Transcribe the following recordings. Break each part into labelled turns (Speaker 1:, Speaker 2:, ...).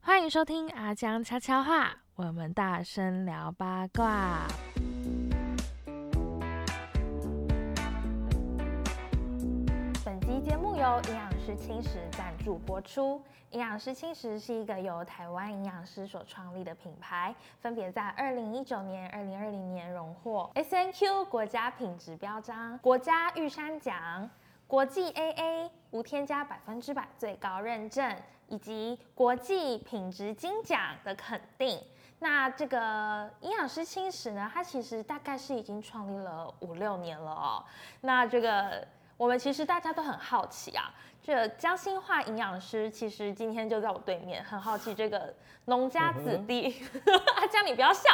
Speaker 1: 欢迎收听阿江悄悄话，我们大声聊八卦。
Speaker 2: 本集节目由营养师青石赞助播出。营养师青石是一个由台湾营养师所创立的品牌，分别在二零一九年、二零二零年荣获 S N Q 国家品质标章、国家玉山奖、国际 A A 无添加百分之百最高认证，以及国际品质金奖的肯定。那这个营养师青石呢，它其实大概是已经创立了五六年了哦。那这个我们其实大家都很好奇啊，这江心化营养师其实今天就在我对面，很好奇这个农家子弟， 阿江你不要笑，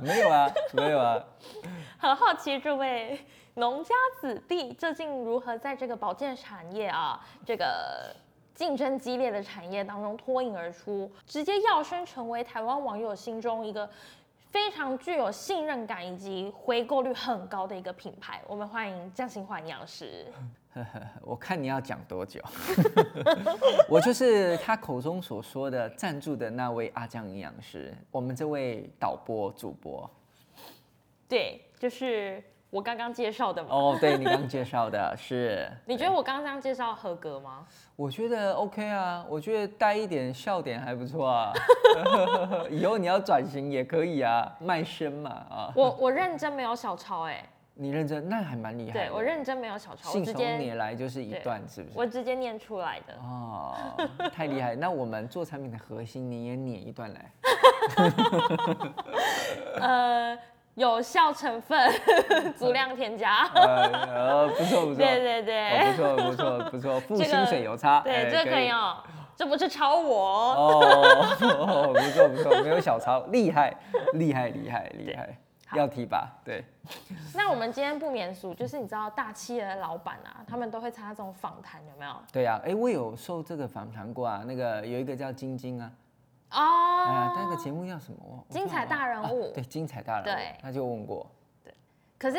Speaker 3: 没有啊，没有啊，
Speaker 2: 很好奇这位农家子弟究竟如何在这个保健产业啊，这个竞争激烈的产业当中脱颖而出，直接跃升成为台湾网友心中一个非常具有信任感以及回购率很高的一个品牌。我们欢迎匠心化营养 师。
Speaker 3: 我看你要讲多久。 我就是他口中所说的赞助的那位阿酱营养师，我们这位导播主播。
Speaker 2: 对，就是我刚刚介绍的嘛。
Speaker 3: 哦，对你刚介绍的是，
Speaker 2: 你觉得我刚刚这样介绍合格吗？
Speaker 3: 我觉得 OK 啊，我觉得带一点笑点还不错啊。 以后你要转型也可以啊，卖身嘛啊。
Speaker 2: 我我认真没有小抄哎、
Speaker 3: 你认真，那还蛮厉害的。
Speaker 2: 对我认真没有小抄，我
Speaker 3: 信
Speaker 2: 直
Speaker 3: 手
Speaker 2: 接
Speaker 3: 拈来就是一
Speaker 2: 对
Speaker 3: 段，是不是？
Speaker 2: 我直接念出来的。
Speaker 3: 哦，太厉害！那我们做产品的核心，你也捻一段来。
Speaker 2: 呃，有效成分， 足量添 加。
Speaker 3: 呃，不错不错，
Speaker 2: 对对对，
Speaker 3: 哦不错不错不错，付
Speaker 2: 这个
Speaker 3: 薪水有差，
Speaker 2: 对，
Speaker 3: 哎
Speaker 2: 这个可以。哦，这不是抄我。
Speaker 3: 哦，哦不错不错，没有小抄，厉害厉害厉害厉害，
Speaker 2: 好
Speaker 3: 要提拔，对，
Speaker 2: 那我们今天不免俗，就是你知道大企业的老板啊，他们都会参加这种访谈，有没有？
Speaker 3: 对呀、啊，哎，我有受这个访谈过啊，那个有一个叫晶晶啊，啊、那个
Speaker 2: 哦，
Speaker 3: 节目叫什么？我我
Speaker 2: 精彩大人物
Speaker 3: 啊对，精彩大人物，
Speaker 2: 对
Speaker 3: 他就问过，
Speaker 2: 可是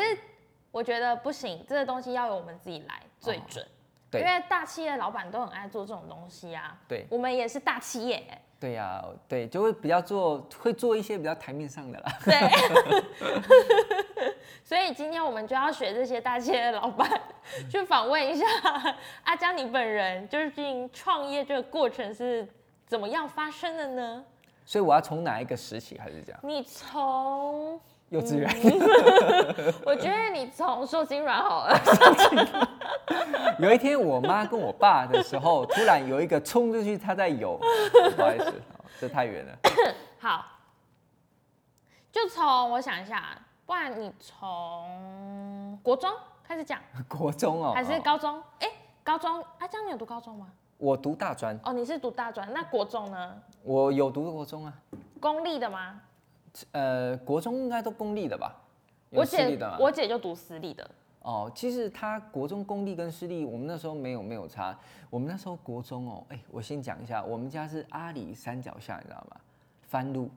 Speaker 2: 我觉得不行，这个东西要由我们自己来最准。
Speaker 3: 哦对
Speaker 2: 因为大企业老板都很爱做这种东西啊。
Speaker 3: 对
Speaker 2: 我们也是大企业、
Speaker 3: 对呀、对，就会比较做，会做一些比较台面上的啦。
Speaker 2: 对，所以今天我们就要学这些大企业的老板，
Speaker 3: 嗯
Speaker 2: 去访问一下阿江你本人，究竟创业这个过程是怎么样发生的呢？
Speaker 3: 所以我要从哪一个时期开始讲？
Speaker 2: 你从，
Speaker 3: 幼稚
Speaker 2: 嗯
Speaker 3: 园。
Speaker 2: 我觉得你从受精卵好 了，
Speaker 3: 有一天，我妈跟我爸的时候，突然有一个冲出去，她在游，不好意思，这太远了。
Speaker 2: 好，就从我想一下，不然你从国中开始讲，
Speaker 3: 国中哦，
Speaker 2: 还是
Speaker 3: 哦
Speaker 2: 高中？哎、高中，阿江你有读高中吗？
Speaker 3: 我读大专，
Speaker 2: 哦，你是读大专，那国中呢？
Speaker 3: 我有读国中啊，
Speaker 2: 公立的吗？
Speaker 3: 呃，国中应该都公立的吧？有
Speaker 2: 我
Speaker 3: 私立
Speaker 2: 姐
Speaker 3: 的吗？啊
Speaker 2: 我姐就读私立的，
Speaker 3: 哦，其实他国中公立跟私立，我们那时候没有没有差。我们那时候国中哦，哎、我先讲一下，我们家是阿里山脚下，你知道吗？番路，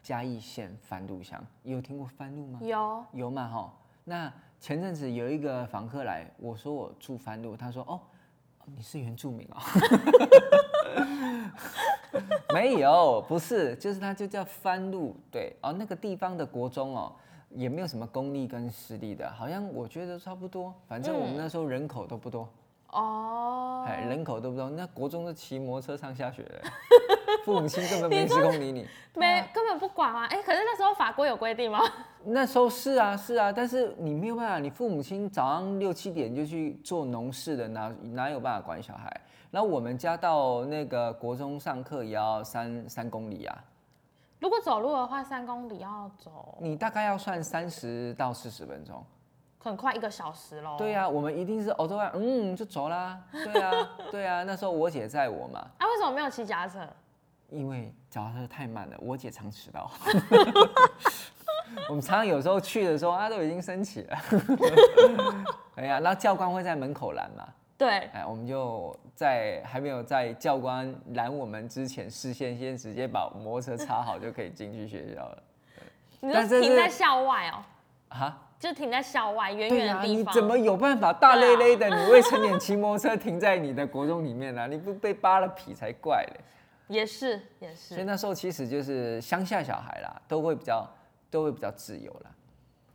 Speaker 3: 嘉义县番路乡，你有听过番路吗？
Speaker 2: 有
Speaker 3: 有嘛哈？那前阵子有一个房客来，我说我住番路，他说哦，你是原住民哦。 没有，不是，就是它就叫番路，对哦，那个地方的国中哦，也没有什么公立跟私立的，好像我觉得差不多，反正我们
Speaker 2: 嗯
Speaker 3: 那时候人口都不多，
Speaker 2: 哦。
Speaker 3: 哎、人口都不多，那国中都骑摩托车上下学 的，父母亲根本没时空理你。
Speaker 2: 没根本不管嘛、哎、可是那时候法规有规定吗？
Speaker 3: 那时候是啊是啊，但是你没有办法，你父母亲早上六七点就去做农事的，哪哪有办法管小孩？然后我们家到那个国中上课也要三三公里啊，
Speaker 2: 如果走路的话，三公里要走
Speaker 3: 你大概要算三十到四十分钟。
Speaker 2: 很快一个小时喽。
Speaker 3: 对
Speaker 2: 啊。
Speaker 3: 啊，我们一定是欧洲外，嗯，就走啦。对啊， 对啊，那时候我姐载我嘛，
Speaker 2: 啊，为什么没有骑脚踏车？
Speaker 3: 因为脚踏车太慢了，我姐常迟到。 我们常常有时候去的时候，啊，都已经升旗了。 哎呀，然后教官会在门口拦嘛。
Speaker 2: 对，
Speaker 3: 哎，我们就在还没有在教官拦我们之前，事先先直接把摩托车插好就可以进去学校了。
Speaker 2: 你
Speaker 3: 但
Speaker 2: 就是停在
Speaker 3: 是
Speaker 2: 校外哦、
Speaker 3: 啊，
Speaker 2: 就停在校外远
Speaker 3: 对
Speaker 2: 远
Speaker 3: 呀、
Speaker 2: 的地
Speaker 3: 你
Speaker 2: 方。
Speaker 3: 怎么有办法大咧啊咧的？你未成年骑摩托车停在你的国中里面啊？你不被扒了皮才怪嘞！
Speaker 4: 也是也
Speaker 3: 所以
Speaker 4: 是，
Speaker 3: 那时候其实就是乡下小孩啦，都会比较都会比较自由啦。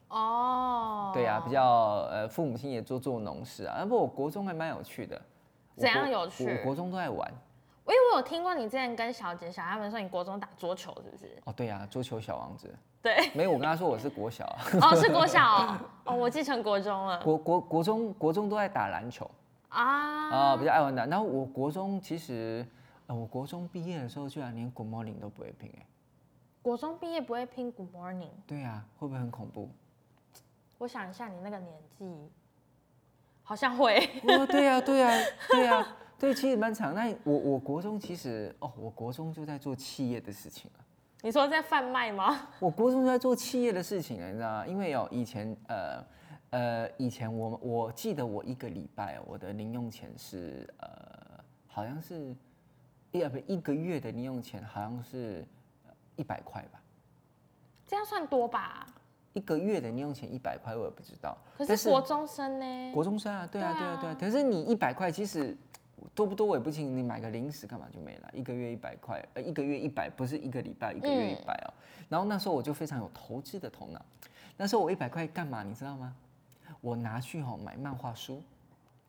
Speaker 4: 哦，
Speaker 3: 对啊，比较呃，父母亲也做做农事啊。啊不过我国中还蛮有趣的。我
Speaker 4: 怎
Speaker 3: 国
Speaker 4: 样有趣
Speaker 3: 我我国中都在玩。
Speaker 4: 因为我有听过你之前跟小杰、小他们说你国中打桌球是不是？
Speaker 3: 哦，对啊，桌球小王子。
Speaker 4: 对，
Speaker 3: 没有，我跟他说我是国小啊，
Speaker 4: 哦，是国小哦，哦我继承国中了
Speaker 3: 国国国中国中都在打篮球啊、
Speaker 4: 啊
Speaker 3: 比较爱玩打。然后我国中其实，呃，我国中毕业的时候居然连 Good Morning 都不会拼哎、
Speaker 4: 国中毕业不会拼 Good Morning，
Speaker 3: 对啊，会不会很恐怖？
Speaker 4: 我想一下你那个年纪，好像会
Speaker 3: 哦，对呀、啊，对呀、啊，对呀、啊， 对，其实蛮长。那我我国中其实哦，我国中就在做企业的事情了。
Speaker 4: 你说在贩卖吗？
Speaker 3: 我国中就在做企业的事情了，你知道吗？因为哦，以前呃呃，以前我我记得我一个礼拜、哦、我的零用钱是呃，好像是一呃不一个月的零用钱好像是一百块吧，
Speaker 4: 这样算多吧？
Speaker 3: 一个月的零用钱一百块我也不知道。
Speaker 4: 可
Speaker 3: 但
Speaker 4: 是国中生呢？
Speaker 3: 国中生啊，对啊，
Speaker 4: 对
Speaker 3: 对啊，对
Speaker 4: 啊
Speaker 3: 啊。可是你一百块，其实多不多我也不清楚，你买个零食干嘛就没了？一个月一百块，呃，一个月一百，不是一个礼拜，一个月一百哦。然后那时候我就非常有投资的头脑，那时候我一百块干嘛，你知道吗？我拿去哦买漫画书，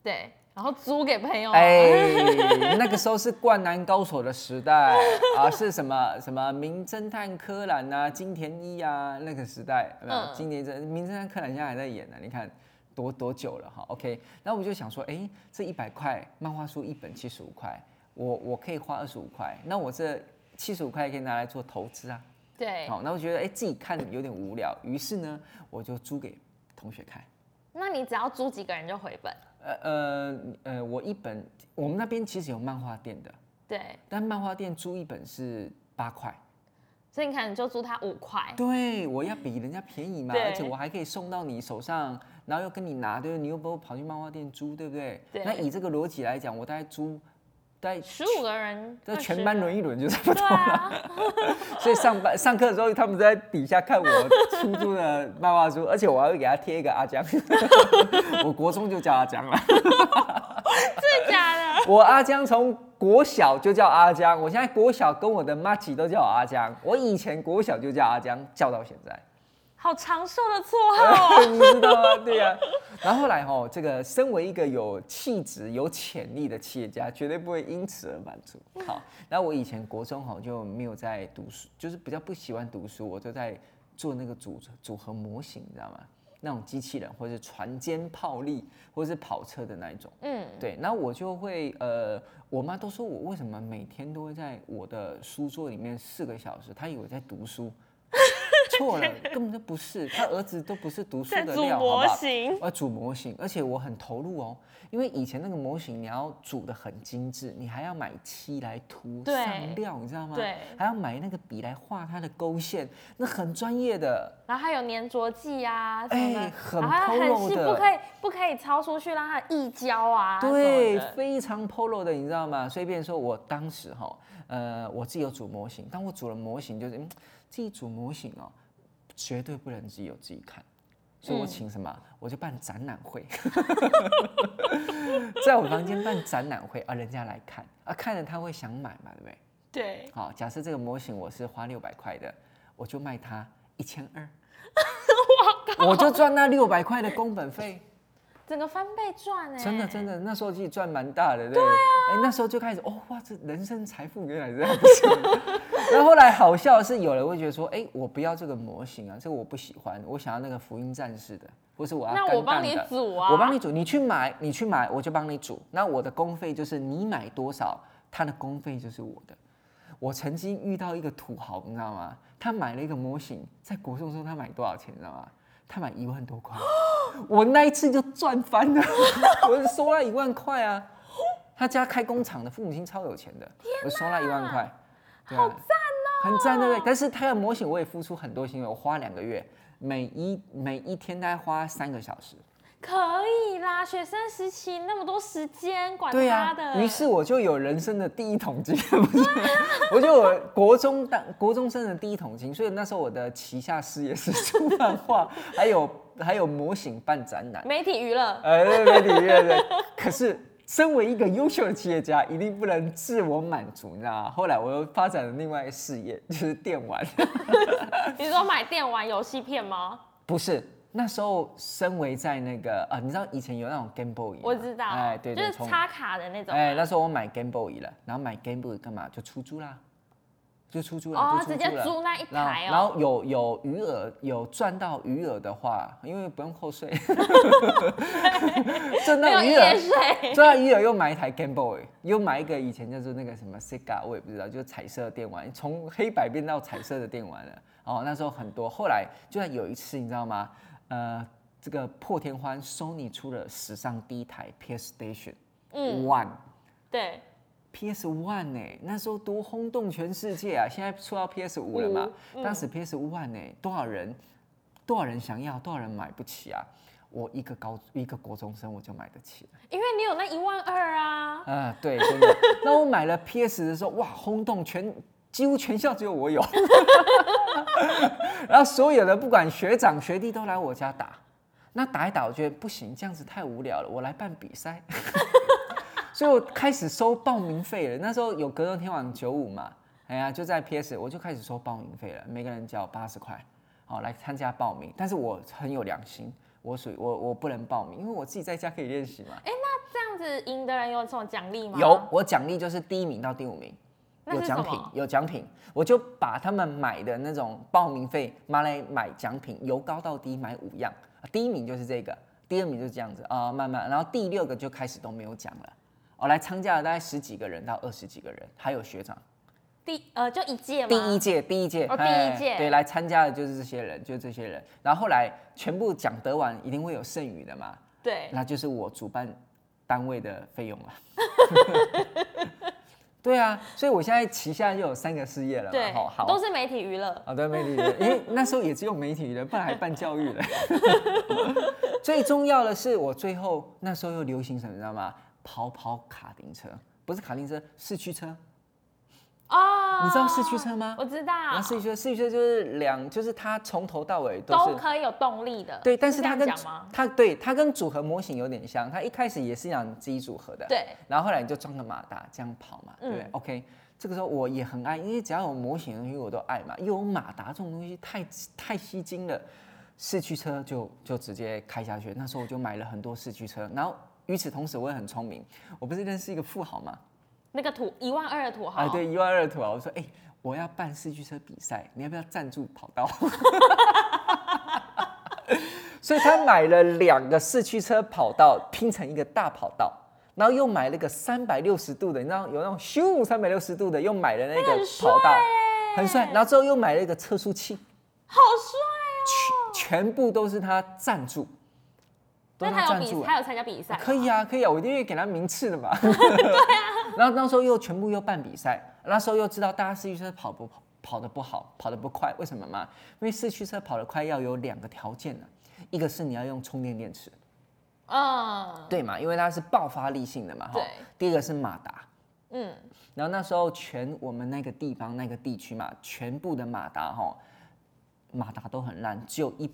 Speaker 4: 对，然后租给
Speaker 2: 哦
Speaker 4: 朋友，啊
Speaker 3: 哎、那个时候是灌篮高手的时代 啊，是什么什么名侦探柯南啊、金田一啊那个时代，有没有
Speaker 4: 嗯
Speaker 3: 金田一、名侦探柯南现在还在演呢、你看多多久了哈？OK，那我就想说，哎、这一百块漫画书一本七十五块，我我可以花二十五块，那我这七十五块可以拿来做投资啊。
Speaker 4: 对，
Speaker 3: 好，那我觉得哎、自己看有点无聊，于是呢我就租给同学看。
Speaker 4: 那你只要租几个人就回本，
Speaker 3: 呃呃呃，我一本我们那边其实有漫画店的。
Speaker 4: 对，
Speaker 3: 但漫画店租一本是八块，
Speaker 4: 所以你可能就租他五块，
Speaker 3: 对我要比人家便宜嘛，
Speaker 4: 对
Speaker 3: 而且我还可以送到你手上，然后又跟你拿，对不对？你又不会跑去漫画店租，对不对？
Speaker 4: 对
Speaker 3: 那以这个逻辑来讲，我大概租，大概
Speaker 4: 十五个人，
Speaker 3: 这全班轮
Speaker 4: 一，
Speaker 3: 一轮就差不
Speaker 4: 对
Speaker 3: 多。
Speaker 4: 啊，
Speaker 3: 所以上班上课的时候，他们在底下看我出租的漫画书，而且我还会给他贴一个阿江， 我国中就叫阿江 了。
Speaker 4: 真的假的？
Speaker 3: 我阿江从国小就叫阿江，我现在国小跟我的妈吉都叫我阿江，我以前国小就叫阿江，叫到现在，
Speaker 4: 好长寿的
Speaker 3: 哎
Speaker 4: 绰号哦，
Speaker 3: 你知道吗？对呀、然后后来哦吼，这个身为一个有气质、有潜力的企业家，绝对不会因此而满足。好，那我以前国中吼就没有在读书，就是比较不喜欢读书，我就在做那个组组合模型，你知道吗？那种机器人，或是船坚炮利，或是跑车的那一种。
Speaker 4: 嗯，
Speaker 3: 对，那我就会呃，我妈都说我为什么每天都会在我的书桌里面四个小时，她以为在读书， 错了，根本就不是，她儿子都不是读书
Speaker 4: 在
Speaker 3: 的
Speaker 4: 组
Speaker 3: 料，好
Speaker 4: 模
Speaker 3: 不好？
Speaker 4: 型，
Speaker 3: 我要组模型，而且我很投入哦，因为以前那个模型你要组的很精致，你还要买漆来涂
Speaker 4: 对
Speaker 3: 上料，你知道吗？
Speaker 4: 对
Speaker 3: 还要买那个笔来画它的勾线，那很专业的。
Speaker 4: 然后还有粘着剂啊什么的，
Speaker 3: 哎很
Speaker 4: 然后还有很细，
Speaker 3: polo 的
Speaker 4: 不可以不可以超出去让它溢胶啊，
Speaker 3: 对
Speaker 4: 什么，的
Speaker 3: 非常 polo 的，你知道吗？所以变成说我当时哈，呃，我自己有组模型，当我组了模型，就是、嗯、自己组模型哦，绝对不能只有自己看。所以
Speaker 4: 嗯
Speaker 3: 我请什么？我就办展览会， 在我房间办展览会啊，人家来看啊，看了他会想买嘛，对不对？
Speaker 4: 对，
Speaker 3: 好，假设这个模型我是花六百块的，我就卖它一千二，我就赚那六百块的工本费。
Speaker 4: 整个翻倍赚哎、
Speaker 3: 真的真的，那时候自己赚蛮大的，对。
Speaker 4: 啊
Speaker 3: 哎、那时候就开始哦，哇，这人生财富原来是这样子。然后后来好笑的是，有人会觉得说，哎、我不要这个模型啊，这个我不喜欢，我想要那个福音战士的，或是我要
Speaker 4: 那
Speaker 3: 钢
Speaker 4: 我帮
Speaker 3: 弹
Speaker 4: 你
Speaker 3: 的
Speaker 4: 组啊
Speaker 3: 我帮你组，你去买，你去买，我就帮你组。那我的工费就是你买多少，他的工费就是我的。我曾经遇到一个土豪，你知道吗？他买了一个模型，在国中的时候他买多少钱，你知道吗？他买一万多块，我那一次就赚翻了，我就收了一万块啊。他家开工厂的，父母亲超有钱的，我收了一万块，对啊
Speaker 4: 好赞哦、
Speaker 3: 很赞，对不对？但是他的模型我也付出很多心血，我花两个月，每一每一天大概花三个小时，
Speaker 4: 可以啦，学生时期那么多时间，管
Speaker 3: 对
Speaker 4: 他
Speaker 3: 呀、
Speaker 4: 的。
Speaker 3: 于是我就有人生的第一桶金，不是？ 我就有国中当国中生的第一桶金，所以那时候我的旗下事业是出漫画，还有还有模型办展 览，哎
Speaker 4: 媒体娱乐，
Speaker 3: 呃，对对对对对。可是身为一个优秀的企业家，一定不能自我满足，你知道吗？后来我又发展了另外一个事业，就是电 玩。
Speaker 4: 你说买电玩游戏片吗？
Speaker 3: 不是，那时候身为在那个啊，你知道以前有那种 Game Boy，吗
Speaker 4: 我知道，
Speaker 3: 哎，对对，
Speaker 4: 就是
Speaker 3: 充
Speaker 4: 插卡的那种，
Speaker 3: 哎，那时候我买 Game Boy 了，然后买 Game Boy 干嘛？就出租啦，就出租了，
Speaker 4: 哦，
Speaker 3: 就
Speaker 4: 直
Speaker 3: 出
Speaker 4: 接
Speaker 3: 租了。
Speaker 4: 租那一
Speaker 3: 然后，
Speaker 4: 台
Speaker 3: 然
Speaker 4: 哦。
Speaker 3: 后有有余额，有赚到余额的话，因为不用扣 税，赚
Speaker 4: 没有
Speaker 3: 到余
Speaker 4: 夜
Speaker 3: 额，
Speaker 4: 睡，
Speaker 3: 赚到余额又买一台 Game Boy，又买一个以前叫做那个什么 Sega，我也不知道，就是彩色电玩，从黑白变到彩色的电玩了。哦，那时候很多，后来就在有一次，你知道吗？呃，这个破天荒，Sony 出了史上第一台 PS Station
Speaker 4: 嗯，
Speaker 3: One、
Speaker 4: 对，
Speaker 3: PS One 呢、那时候多轰动全世界啊！现在出到 PS 五了嘛，
Speaker 4: 五嗯
Speaker 3: 当时 PS One 呢、多少人，多少人想要，多少人买不起啊？我一个高一个国中生我就买得起了
Speaker 4: 因为你有那一万二啊，
Speaker 3: 啊、对，真的。那我买了 PS 的时候，哇，轰动全，几乎全校只有我有， 然后所有的不管学长学弟都来我家打，那打一打，我觉得不行，这样子太无聊了，我来办比赛。 所以我开始收报名费了。那时候有格斗天王九五嘛，哎呀，就在 PS，我就开始收报名费了，每个人交八十块，好、来参加报名。但是我很有良心，我属于我我不能报名，因为我自己在家可以练习嘛。
Speaker 4: 这样子赢的人有这种奖励吗？
Speaker 3: 有，我奖励就是第一名到第五名，
Speaker 4: 那
Speaker 3: 有
Speaker 4: 是什
Speaker 3: 奖品
Speaker 4: 么，？
Speaker 3: 有奖品，我就把他们买的那种报名费拿来买奖品，由高到低买五样，啊第一名就是这个，第二名就是这样子啊、慢慢，然后第六个就开始都没有奖了。哦，来参加了大概十几个人到二十几个人，还有学长。
Speaker 4: 第呃，就一届吗？
Speaker 3: 第一届，第一届，
Speaker 4: 哦第一
Speaker 3: 哎
Speaker 4: 届
Speaker 3: 对，来参加的就是这些人，就是这些人。然后后来全部奖得完，一定会有剩余的嘛，
Speaker 4: 对，
Speaker 3: 那就是我主办单位的费用了。 对啊，所以我现在旗下就有三个事业了嘛，
Speaker 4: 对
Speaker 3: 吼，好，
Speaker 4: 都是媒体娱乐。
Speaker 3: 啊，对，媒体人，因为那时候也只有媒体人，不然还办教育了。 最重要的是，我最后那时候又流行什么，你知道吗？跑跑卡丁车，不是卡丁车，四驱车。
Speaker 4: 哦，
Speaker 3: 你知道四驱车吗
Speaker 4: 我知道，
Speaker 3: 然后四驱车，四驱车就是两，就是它从头到尾都
Speaker 4: 都
Speaker 3: 是。
Speaker 4: 可以有动力的。
Speaker 3: 对，但是
Speaker 4: 这
Speaker 3: 它
Speaker 4: 样
Speaker 3: 跟
Speaker 4: 讲吗？
Speaker 3: 它对它跟组合模型有点像，它一开始也是想自己组合的，
Speaker 4: 对，
Speaker 3: 然后后来你就装个马达这样跑嘛，对不对、
Speaker 4: 嗯
Speaker 3: o k 这个时候我也很爱，因为只要有模型的东西我都爱嘛，又有马达这种东西太太吸睛了，四驱车就就直接开下去。那时候我就买了很多四驱车，然后与此同时我也很聪明，我不是认识一个富豪嘛，
Speaker 4: 那个土一万二的土豪，
Speaker 3: 啊，对，一万二土豪，我说哎、我要办四驱车比赛，你要不要赞助跑道？ 所以他买了两个四驱车跑道拼成一个大跑道，然后又买了个三百六十度的，你知道有那种咻三百六十度的，又买了那个跑道，很帅。然后之后又买了一个测速器，
Speaker 4: 好帅哦
Speaker 3: 全全部都是他赞助，都
Speaker 4: 哦！那他
Speaker 3: 是
Speaker 4: 有
Speaker 3: 赞
Speaker 4: 比
Speaker 3: 助。
Speaker 4: 他有参加比赛吗，
Speaker 3: 可以 啊，可以啊，我一定会给他名次的 嘛。对啊。然后那时候又全部又办比赛，那时候又知道大家四驱车跑不跑得不好，跑得不快，为什么嘛？因为四驱车跑得快要有两个条件呢、一个是你要用充电电池，
Speaker 4: 嗯，
Speaker 3: 对嘛？因为它是爆发力性的嘛，哈
Speaker 4: 对。
Speaker 3: 第一个是马达，
Speaker 4: 嗯，
Speaker 3: 然后那时候全我们那个地方那个地区嘛，全部的马达哈，马达都很烂，只有一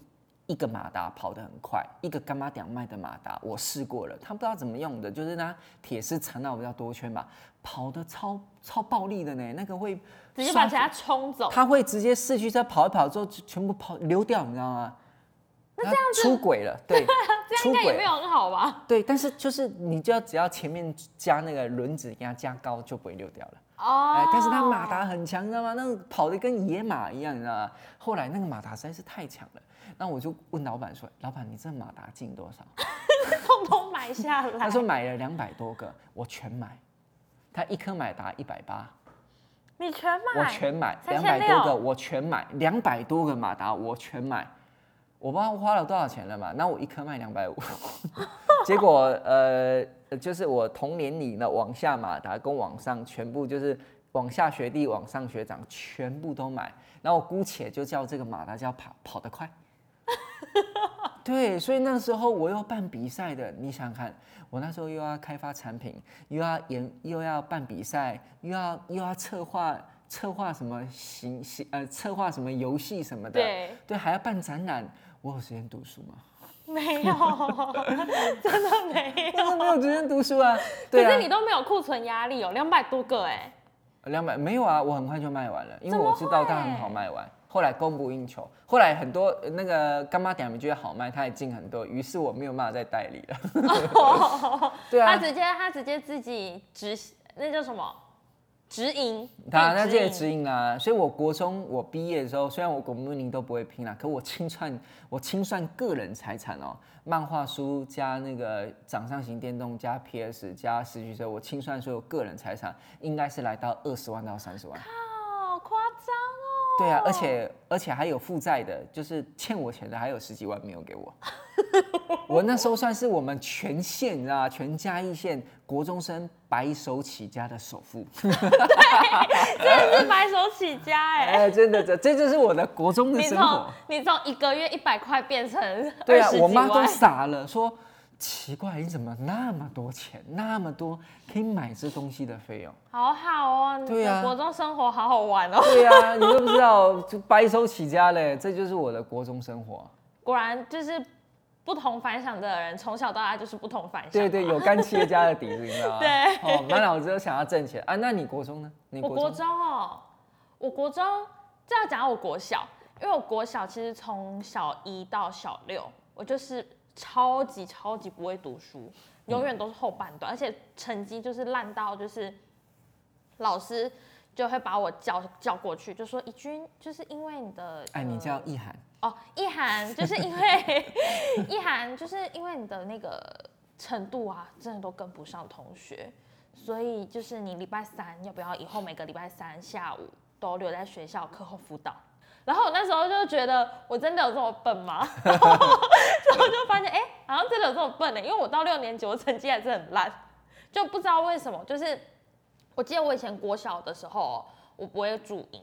Speaker 3: 一个马达跑得很快，一个干妈点卖的马达我试过了，他不知道怎么用的，就是拿铁丝缠到比较多圈吧，跑得超超暴力的呢，那个会
Speaker 4: 直接把
Speaker 3: 刷
Speaker 4: 人家冲走。
Speaker 3: 他会直接四驱车跑一跑之后就全部跑溜掉，你知道吗？那这样出 轨了，对，
Speaker 4: 这样
Speaker 3: 出
Speaker 4: 应该也
Speaker 3: 轨
Speaker 4: 没
Speaker 3: 了
Speaker 4: 有很好吧？
Speaker 3: 对，但是就是你就要只要前面加那个轮子给它加高就不会溜掉了。
Speaker 4: 哦，
Speaker 3: 哎，但是他马达很强，你知道吗？那个跑得跟野马一样，你知道吗？后来那个马达实在是太强了，那我就问老板说：“老板，你这马达进多少
Speaker 4: 通通买下？”来。
Speaker 3: 他说：“买了两百多个，我全买。”他一颗马达一百八，
Speaker 4: 你全买，
Speaker 3: 我全买，两百
Speaker 4: 3600
Speaker 3: 多个我全买，两百多个马达我全买。我不知道花了多少钱了嘛，那我一颗卖两百五， 结果呃，就是我同年龄的往下马达跟往上全部就是往下学弟往上学长全部都买，然后我姑且就叫这个马达叫跑跑得快。对，所以那时候我又办比赛的，你想想看，我那时候又要开发产品，又要研，又要办比赛，又要又要策划策划什么行行呃策划什么游戏什么的，
Speaker 4: 对，
Speaker 3: 还要办展览，我有时间读书吗？
Speaker 2: 没有，真的没
Speaker 3: 我
Speaker 2: 有。
Speaker 3: 都没有时间读书啊。对
Speaker 2: 可
Speaker 3: 啊
Speaker 2: 是，你都没有库存压力哦，两百多个哎，
Speaker 3: 两百没有啊，我很快就卖完了，因为
Speaker 2: 怎么
Speaker 3: 我知道它
Speaker 2: 会
Speaker 3: 很好卖完。后来供不应求，后来很多呃那个干妈点觉得好卖，它也进很多，于是我没有办法再代理了。 对
Speaker 2: 他
Speaker 3: 啊，
Speaker 2: 直接他直接自己直那叫什么直营，
Speaker 3: 他那
Speaker 2: 自己
Speaker 3: 这指引啦，所以我国中我毕业的时候，虽然我国文零都不会拼啦，可我清算我清算个人财产哦，漫画书加那个掌上型电动加 PS 加四驱车，我清算所有个人财产应该是来到二十万到三十万。
Speaker 2: 好夸张哦。
Speaker 3: 对啊，而且而且还有负债的，就是欠我钱的，还有十几万没有给我。 我那时候算是我们全县你知道吗？全嘉义县国中生白手起家的首富。
Speaker 2: 真的哦是白手起家哎、
Speaker 3: 哎，真的，这这 就是我的国中的
Speaker 2: 你
Speaker 3: 生
Speaker 2: 从
Speaker 3: 活。
Speaker 2: 你从一个月一百块变成
Speaker 3: 对
Speaker 2: 二
Speaker 3: 啊
Speaker 2: 十，几
Speaker 3: 我妈都
Speaker 2: 万，
Speaker 3: 傻了，说奇怪，你怎么那么多钱，那么多可以买这东西的费用？
Speaker 2: 好好哦，你
Speaker 3: 对
Speaker 2: 的
Speaker 3: 啊
Speaker 2: 国中生活好好玩哦。
Speaker 3: 对啊，你都不知道，就白手起家嘞，这就是我的国中生活。
Speaker 2: 果然就是不同凡响的人，从小到大就是不同凡响。
Speaker 3: 对对，有干企业家的底子，你知道 吗？
Speaker 2: 对
Speaker 3: 哦，满脑子都想要挣钱啊。那你国中呢？你
Speaker 2: 我国中哦，我国中这要讲到我国小，因为我国小其实从小一到小六，我就是超级超级不会读书，永
Speaker 3: 嗯
Speaker 2: 远都是后半段，而且成绩就是烂到就是老师就会把我叫叫过去，就说一军就是因为你的
Speaker 3: 哎，你
Speaker 2: 呃
Speaker 3: 叫意涵，
Speaker 2: 哦，意涵就是因为意涵就是因为你的那个程度啊，真的都跟不上同学，所以就是你礼拜三要不要以后每个礼拜三下午都留在学校课后辅导？然后我那时候就觉得我真的有这么笨吗？ 然后我就发现哎、好像真的有这么笨欸呢、因为我到六年级我成绩还是很烂，就不知道为什么。就是我记得我以前国小的时候哦，我不会注音，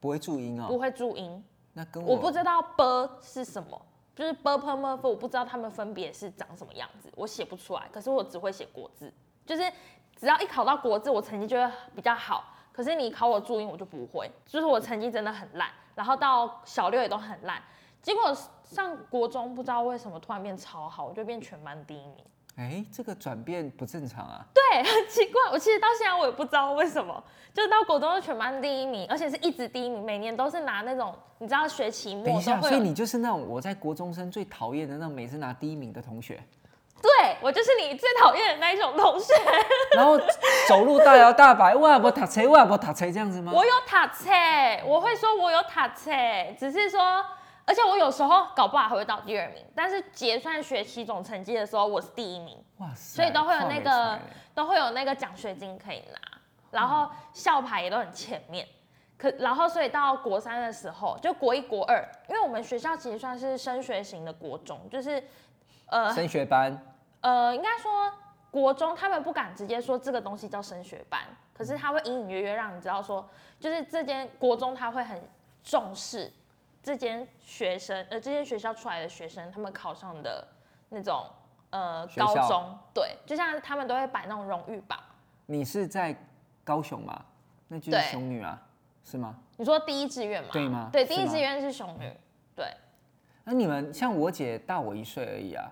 Speaker 3: 不会注音
Speaker 2: 不
Speaker 3: 哦。
Speaker 2: 会注音。
Speaker 3: 那跟
Speaker 2: 我不知道 b 是什么，就是 b p m f，我不知道它们分别是长什么样子，我写不出来。可是我只会写国字，就是只要一考到国字，我成绩就会比较好。可是你考我注音，我就不会，就是我成绩真的很烂，然后到小六也都很烂。结果上国中不知道为什么突然变超好，我就变全班第一名。
Speaker 3: 哎，这个转变不正常啊。
Speaker 2: 对，很奇怪。我其实到现在我也不知道为什么，就是到国中是全班第一名，而且是一直第一名，每年都是拿那种你知道学期末
Speaker 3: 等一
Speaker 2: 都
Speaker 3: 下，
Speaker 2: 会啊
Speaker 3: 所以
Speaker 2: 有
Speaker 3: 你就是那种我在国中生最讨厌的那种，每次拿第一名的同学，
Speaker 2: 对我就是你最讨厌的那一种同学。
Speaker 3: 然后走路大摇大摆，哇不打谁，哇不打谁这样子吗？
Speaker 2: 我有塔车，我会说我有塔车，只是说，而且我有时候搞不好还会到第二名，但是结算学期总成绩的时候我是第一名，
Speaker 3: 哇塞
Speaker 2: 所以都会有那
Speaker 3: 靠
Speaker 2: 个
Speaker 3: 北塞嘞
Speaker 2: 都会有那个奖学金可以拿，然后校牌也都很前面。可然后，所以到国三的时候，就国一、国二，因为我们学校其实算是升学型的国中，就是，呃，
Speaker 3: 升学班，
Speaker 2: 呃，应该说国中他们不敢直接说这个东西叫升学班，可是他会隐隐约约让你知道说，就是这间国中他会很重视这间学生，呃，这间学校出来的学生他们考上的那种呃
Speaker 3: 学
Speaker 2: 高
Speaker 3: 校
Speaker 2: 中，对，就像他们都会摆那种荣誉榜。
Speaker 3: 你是在高雄吗？那就是
Speaker 2: 对
Speaker 3: 雄女啊，是吗？
Speaker 2: 你说第一志愿吗？
Speaker 3: 对吗
Speaker 2: 对，
Speaker 3: 是
Speaker 2: 第一
Speaker 3: 吗
Speaker 2: 志愿是雄女，对，
Speaker 3: 那你们像我姐大我一岁而已啊，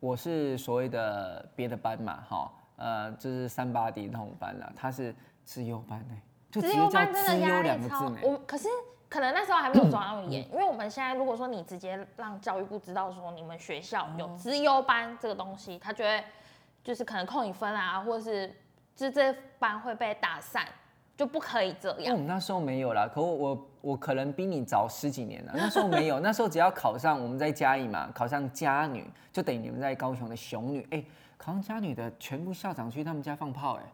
Speaker 3: 我是所谓的别的班嘛，哈，呃，就是三八 D 那种班啦、啊她是资优班呢、就直
Speaker 2: 资
Speaker 3: 接
Speaker 2: 优
Speaker 3: 叫
Speaker 2: 班真的
Speaker 3: 资
Speaker 2: 压
Speaker 3: 优
Speaker 2: 力
Speaker 3: 两个字
Speaker 2: 超
Speaker 3: 呢、，嗯
Speaker 2: 我可是可能那时候还没有抓那么严，因为我们现在如果说你直接让教育部知道说你们学
Speaker 3: 哦
Speaker 2: 校有资优班这个东西，他就会就是可能扣你分啊，或是这这班会被打散，就不可以这
Speaker 3: 因为我
Speaker 2: 样。
Speaker 3: 们哦那时候没有啦，可我我我可能比你早十几年了。啊那时候没有，那时候只要考上我们在嘉义嘛，考上嘉女，就等于你们在高雄的雄女。哎、考上嘉女的全部校长去他们家 放炮、哎。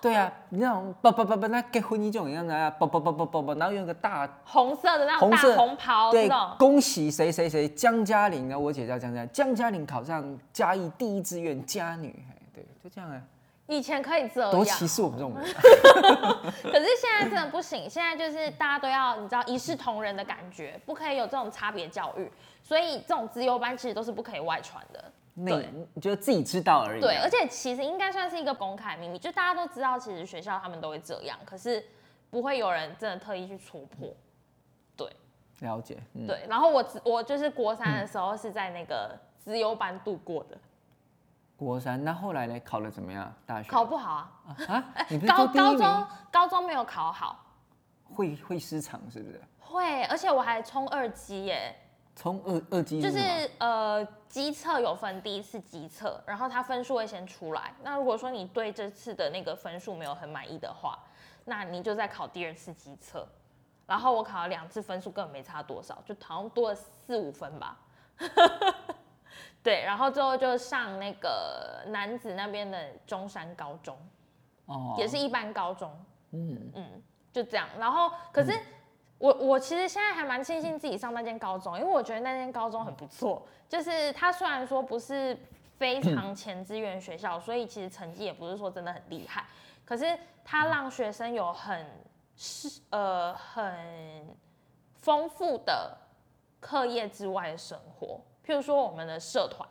Speaker 3: 对啊，你那种不不不不，那结婚一种一样的啊，不不不不不不，然后用个大
Speaker 2: 红色的那种
Speaker 3: 红
Speaker 2: 大
Speaker 3: 色
Speaker 2: 红袍这
Speaker 3: 对
Speaker 2: 种，，
Speaker 3: 恭喜谁谁谁，江嘉玲啊，我姐叫江嘉玲，江嘉玲考上嘉义第一志愿嘉女，哎，对，就这样哎，
Speaker 2: 以前可以这样，
Speaker 3: 多歧视我们这种人啊。
Speaker 2: 可是现在真的不行，现在就是大家都要你知道一视同仁的感觉，不可以有这种差别教育，所以这种资优班其实都是不可以外传的。对
Speaker 3: 你你就自己知道而已啊。
Speaker 2: 对，而且其实应该算是一个公开秘密，就大家都知道，其实学校他们都会这样，可是不会有人真的特意去戳破。对，
Speaker 3: 了解，嗯，
Speaker 2: 对，然后我只我就是国三的时候是在那个资优班度过的，
Speaker 3: 国三，那后来呢？考的怎么样？大学
Speaker 2: 考不好啊，
Speaker 3: 啊？你不是
Speaker 2: 高
Speaker 3: 都第一
Speaker 2: 高
Speaker 3: 名
Speaker 2: 中高中没有考好，
Speaker 3: 会会失常是不是？
Speaker 2: 会，而且我还冲二级耶，
Speaker 3: 从二二级
Speaker 2: 就是呃机测有分第一次机测，然后它分数会先出来，那如果说你对这次的那个分数没有很满意的话，那你就再考第二次机测，然后我考了两次分数根本没差多少，就好像多了四五分吧。 对，然后最后就上那个男子那边的中山高中，
Speaker 3: 哦
Speaker 2: 也是一般高中，
Speaker 3: 嗯
Speaker 2: 嗯，就这样。然后可是我、我其实现在还蛮庆幸自己上那间高中，因为我觉得那间高中很不错。就是它虽然说不是非常前资源学校，所以其实成绩也不是说真的很厉害，可是它让学生有很是呃很丰富的课业之外的生活，譬如说我们的社团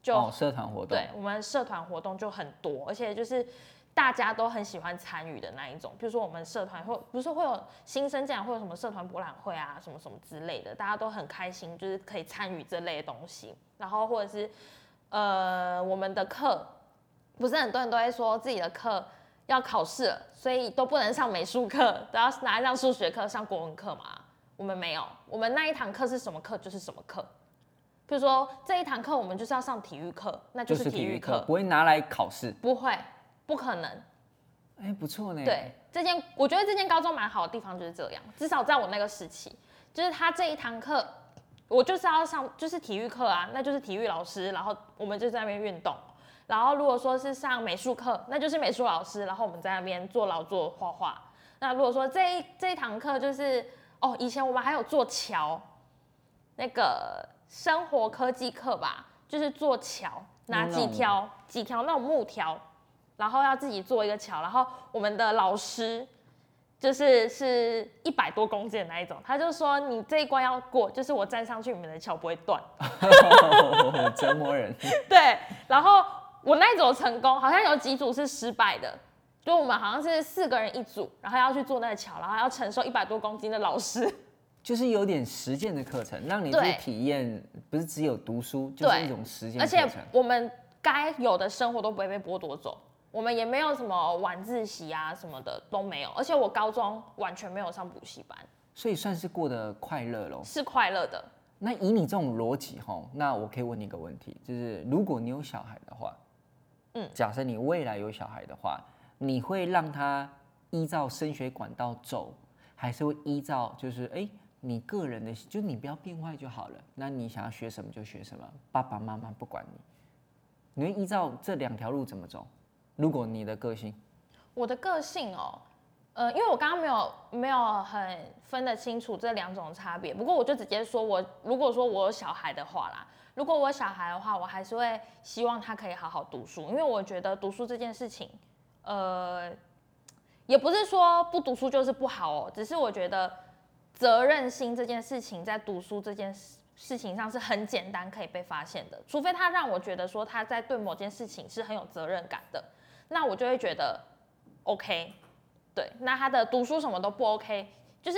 Speaker 2: 就
Speaker 3: 哦社团活动
Speaker 2: 对，我们社团活动就很多，而且就是大家都很喜欢参与的那一种。比如说我们社团会，不是会有新生这样会有什么社团博览会啊，什么什么之类的，大家都很开心，就是可以参与这类的东西。然后或者是呃，我们的课，不是很多人都会说自己的课。要考试了，所以都不能上美术课，都要拿来上数学课、上国文课嘛。我们没有，我们那一堂课是什么课就是什么课。比如说这一堂课我们就是要上体育课，那就
Speaker 3: 就是是
Speaker 2: 体
Speaker 3: 体
Speaker 2: 育
Speaker 3: 育
Speaker 2: 课
Speaker 3: 课，，不会拿来考试。
Speaker 2: 不会，不可能。
Speaker 3: 哎，不错呢。
Speaker 2: 对，，这间我觉得这间高中蛮好的地方就是这样，至少在我那个时期，就是他这一堂课，我就是要上就是体育课啊，那就是体育老师，然后我们就在那边运动。然后如果说是上美术课，那就是美术老师，然后我们在那边做劳作、画画。那如果说这一这一堂课就是哦，以前我们还有做桥，那个生活科技课吧，就是做桥，拿
Speaker 3: 那
Speaker 2: 几
Speaker 3: 种
Speaker 2: 条几条那种木条，然后要自己做一个桥，然后我们的老师就是是一百多公斤的那一种，他就说你这一关要过，就是我站上去，你们的桥不会断。
Speaker 3: 折磨人。
Speaker 2: 对，然后我那一组有成功，好像有几组是失败的，就我们好像是四个人一组，然后要去做那个桥，然后要承受一百多公斤的老师。
Speaker 3: 就是有点实践的课程，让你去
Speaker 2: 对
Speaker 3: 体验，不是只有读书，就是
Speaker 2: 对
Speaker 3: 一种实践
Speaker 2: 而
Speaker 3: 课
Speaker 2: 且
Speaker 3: 程。
Speaker 2: 我们该有的生活都不会被剥夺走，我们也没有什么晚自习啊什么的都没有。而且我高中完全没有上补习班，
Speaker 3: 所以算是过得快乐咯。
Speaker 2: 是快乐的。
Speaker 3: 那以你这种逻辑吼，那我可以问你一个问题，就是如果你有小孩的话，
Speaker 2: 嗯
Speaker 3: 假设你未来有小孩的话，你会让他依照升学管道走，还是会依照就是哎、你个人的，就是你不要变坏就好了，那你想要学什么就学什么，爸爸妈妈不管你，你会依照这两条路怎么走？如果你的个性，
Speaker 2: 我的个性哦，呃，因为我刚刚没有没有很分得清楚这两种差别，不过我就直接说我，如果说我有小孩的话啦，如果我有小孩的话，我还是会希望他可以好好读书，因为我觉得读书这件事情，呃，也不是说不读书就是不好哦，只是我觉得责任心这件事情在读书这件事。事情上是很简单可以被发现的，除非他让我觉得说他在对某件事情是很有责任感的，那我就会觉得 OK，对，那他的读书什么都不 OK，就是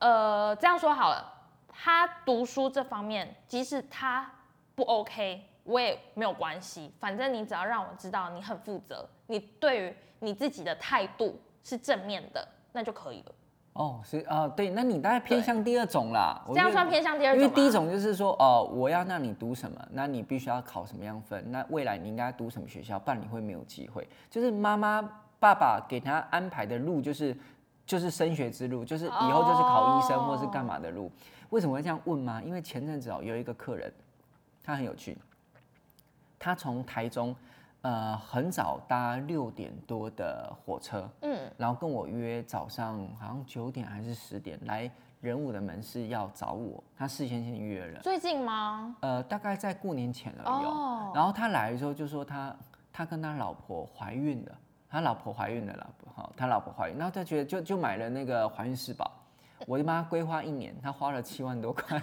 Speaker 2: 呃这样说好了，他读书这方面，即使他不 OK，我也没有关系，反正你只要让我知道你很负责，你对于你自己的态度是正面的，那就可以了。
Speaker 3: 哦，是啊、对，那你大概偏
Speaker 2: 对
Speaker 3: 向第二种啦。我
Speaker 2: 这样
Speaker 3: 觉得
Speaker 2: 算偏向第二种
Speaker 3: 哦因
Speaker 2: 吗
Speaker 3: 为第一种就是说，哦，我要让你读什么，那你必须要考什么样分，那未来你应该读什么学校，不然你会没有机会。就是妈妈、爸爸给他安排的路，就是就是升学之路，就是以后就是考医生
Speaker 2: 哦
Speaker 3: 或是干嘛的路。为什么会这样问吗？因为前阵子哦，有一个客人，他很有趣，他从台中，呃，很早搭六点多的火车，
Speaker 2: 嗯，
Speaker 3: 然后跟我约早上好像九点还是十点来仁武的门市要找我，他事先先约了，
Speaker 2: 最近吗？
Speaker 3: 呃，大概在过年前而已、哦
Speaker 2: 哦。
Speaker 3: 然后他来的时候就说他他跟他老婆怀孕了，他老婆怀孕了，老婆好，他老婆怀孕，然后他觉得就就买了那个怀孕四宝。我就帮他规划一年，他花了七万多块。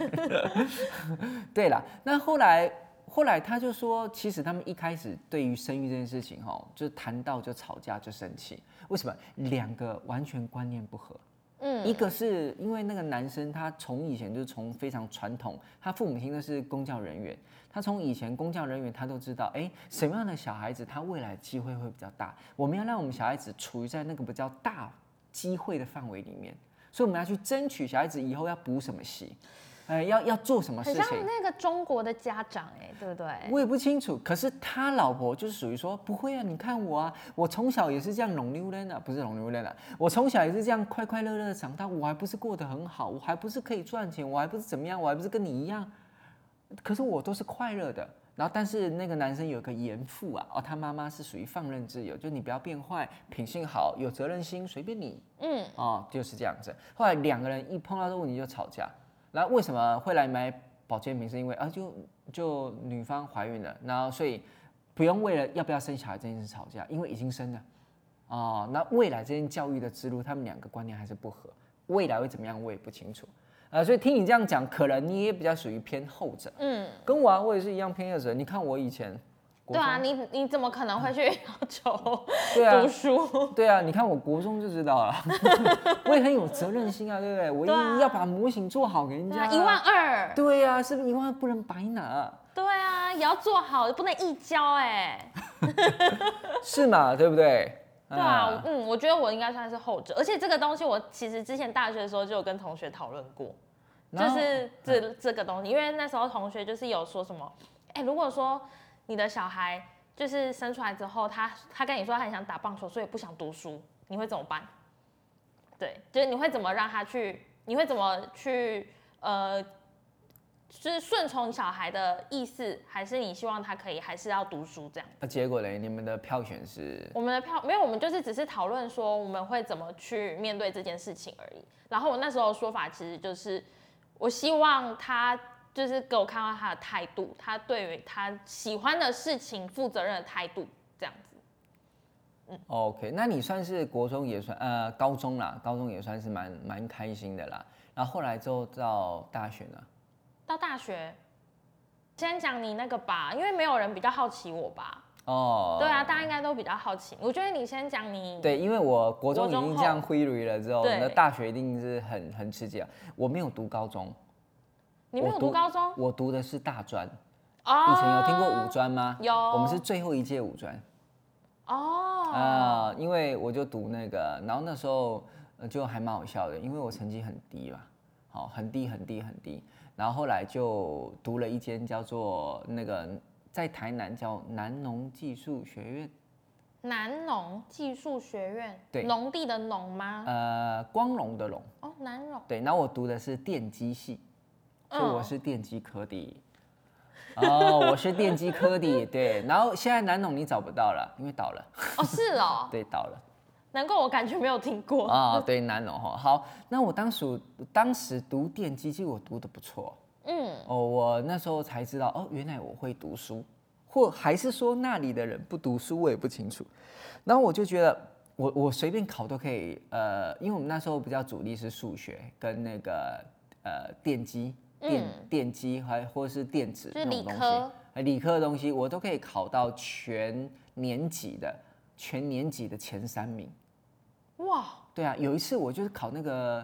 Speaker 3: 对啦，那后来后来他就说，其实他们一开始对于生育这件事情，哈，就谈到就吵架就生气，为什么？两个完全观念不合，
Speaker 2: 嗯
Speaker 3: 一个是因为那个男生他从以前就是从非常传统，他父母亲都是公教人员，他从以前公教人员他都知道，哎，什么样的小孩子他未来机会会比较大，我们要让我们小孩子处于在那个比较大机会的范围里面，所以我们要去争取小孩子以后要补什么习，呃，要要做什么事
Speaker 2: 很
Speaker 3: 情
Speaker 2: 像。那个中国的家长哎、对不对？
Speaker 3: 我也不清楚，可是他老婆就是属于说不会啊，你看我啊，我从小也是这样拢溜人啊，不是拢溜人啊，我从小也是这样快快乐乐的长大，我还不是过得很好，我还不是可以赚钱，我还不是怎么样，我还不是跟你一样，可是我都是快乐的。然后，但是那个男生有一个严父啊，哦，他妈妈是属于放任自由，就你不要变坏，品性好，有责任心，随便你，
Speaker 2: 嗯，
Speaker 3: 哦，就是这样子。后来两个人一碰到这个问题就吵架。然后为什么会来买保健品？是因为啊，就就女方怀孕了，然后所以不用为了要不要生小孩这件事吵架，因为已经生了。哦，那未来这件教育的之路，他们两个观念还是不合，未来会怎么样我也不清楚。啊，所以听你这样讲，可能你也比较属于偏后者，
Speaker 2: 嗯，
Speaker 3: 跟我啊，我也是一样偏后者。你看我以前，国
Speaker 2: 对啊，
Speaker 3: 中
Speaker 2: 你你怎么可能会去要求
Speaker 3: 对啊
Speaker 2: 读书？
Speaker 3: 对啊，你看我国中就知道了， 我也很有责任心啊，对不对？我一
Speaker 2: 对啊
Speaker 3: 定要把模型做好给人
Speaker 2: 对
Speaker 3: 家、
Speaker 2: 啊，一万。二，
Speaker 3: 对啊，是不是一万不能白拿、
Speaker 2: 对啊，也要做好，不能一交哎、
Speaker 3: 是嘛？对不对？
Speaker 2: 对啊，嗯，我觉得我应该算是后者，而且这个东西我其实之前大学的时候就有跟同学讨论过，就
Speaker 3: 然后嗯
Speaker 2: 是这、这个东西，因为那时候同学就是有说什么，哎、如果说你的小孩就是生出来之后，他他跟你说他很想打棒球，所以不想读书，你会怎么办？对，就是你会怎么让他去？你会怎么去？呃，就是顺从小孩的意思，还是你希望他可以还是要读书这样？
Speaker 3: 那结果嘞，你们的票选是
Speaker 2: 我们的票没有，我们就是只是讨论说我们会怎么去面对这件事情而已。然后我那时候的说法其实就是，我希望他就是给我看到他的态度，他对于他喜欢的事情负责任的态度，这样子。
Speaker 3: OK，那哦你算是国中也算呃高中啦，高中也算是蛮蛮开心的啦。然后后来之后到大学呢，
Speaker 2: 到大学，先讲你那个吧，因为没有人比较好奇我吧？
Speaker 3: 哦，
Speaker 2: 对啊，大家应该都比较好奇。我觉得你先讲你，
Speaker 3: 对，因为我国中已
Speaker 2: 国中
Speaker 3: 经
Speaker 2: 后
Speaker 3: 这样挥泪了之后，
Speaker 2: 对
Speaker 3: 那大学一定是很很吃惊啊。我没有读高中，
Speaker 2: 你没有
Speaker 3: 我
Speaker 2: 读高中
Speaker 3: 我读的是大专。
Speaker 2: 哦
Speaker 3: 以前有听过五专吗？
Speaker 2: 有
Speaker 3: 我们是最后一届五专
Speaker 2: 哦，
Speaker 3: 啊、因为我就读那个，然后那时候呃就还蛮好笑的，因为我成绩很低嘛，好、很低很低很低，然后后来就读了一间叫做那个在台南叫南农技术学院，
Speaker 2: 南农技术学院，
Speaker 3: 对
Speaker 2: 农地的农吗？
Speaker 3: 呃，光荣的荣，
Speaker 2: 哦，南农，
Speaker 3: 对，然后我读的是电机系，所以我
Speaker 2: 嗯
Speaker 3: 是电机科的。哦，我是电机科的，对。然后现在南农你找不到了，因为倒了，
Speaker 2: 哦，是哦，
Speaker 3: 对，倒了。
Speaker 2: 难怪我感觉没有听 过。
Speaker 3: 啊、对，南农哈。好，那我当时当时读电机，其实我读的不错
Speaker 2: 嗯，
Speaker 3: 哦。我那时候才知道，哦，原来我会读书，或还是说那里的人不读书，我也不清楚。然后我就觉得，我我随便考都可以，呃，因为我们那时候比较主力是数学跟那个呃电机。电电机还或是电子
Speaker 2: 嗯就是理
Speaker 3: 那种东西
Speaker 2: 科，
Speaker 3: 呃理科的东西我都可以考到全年级的全年级的前三名，
Speaker 2: 哇，
Speaker 3: 对啊，有一次我就是考那个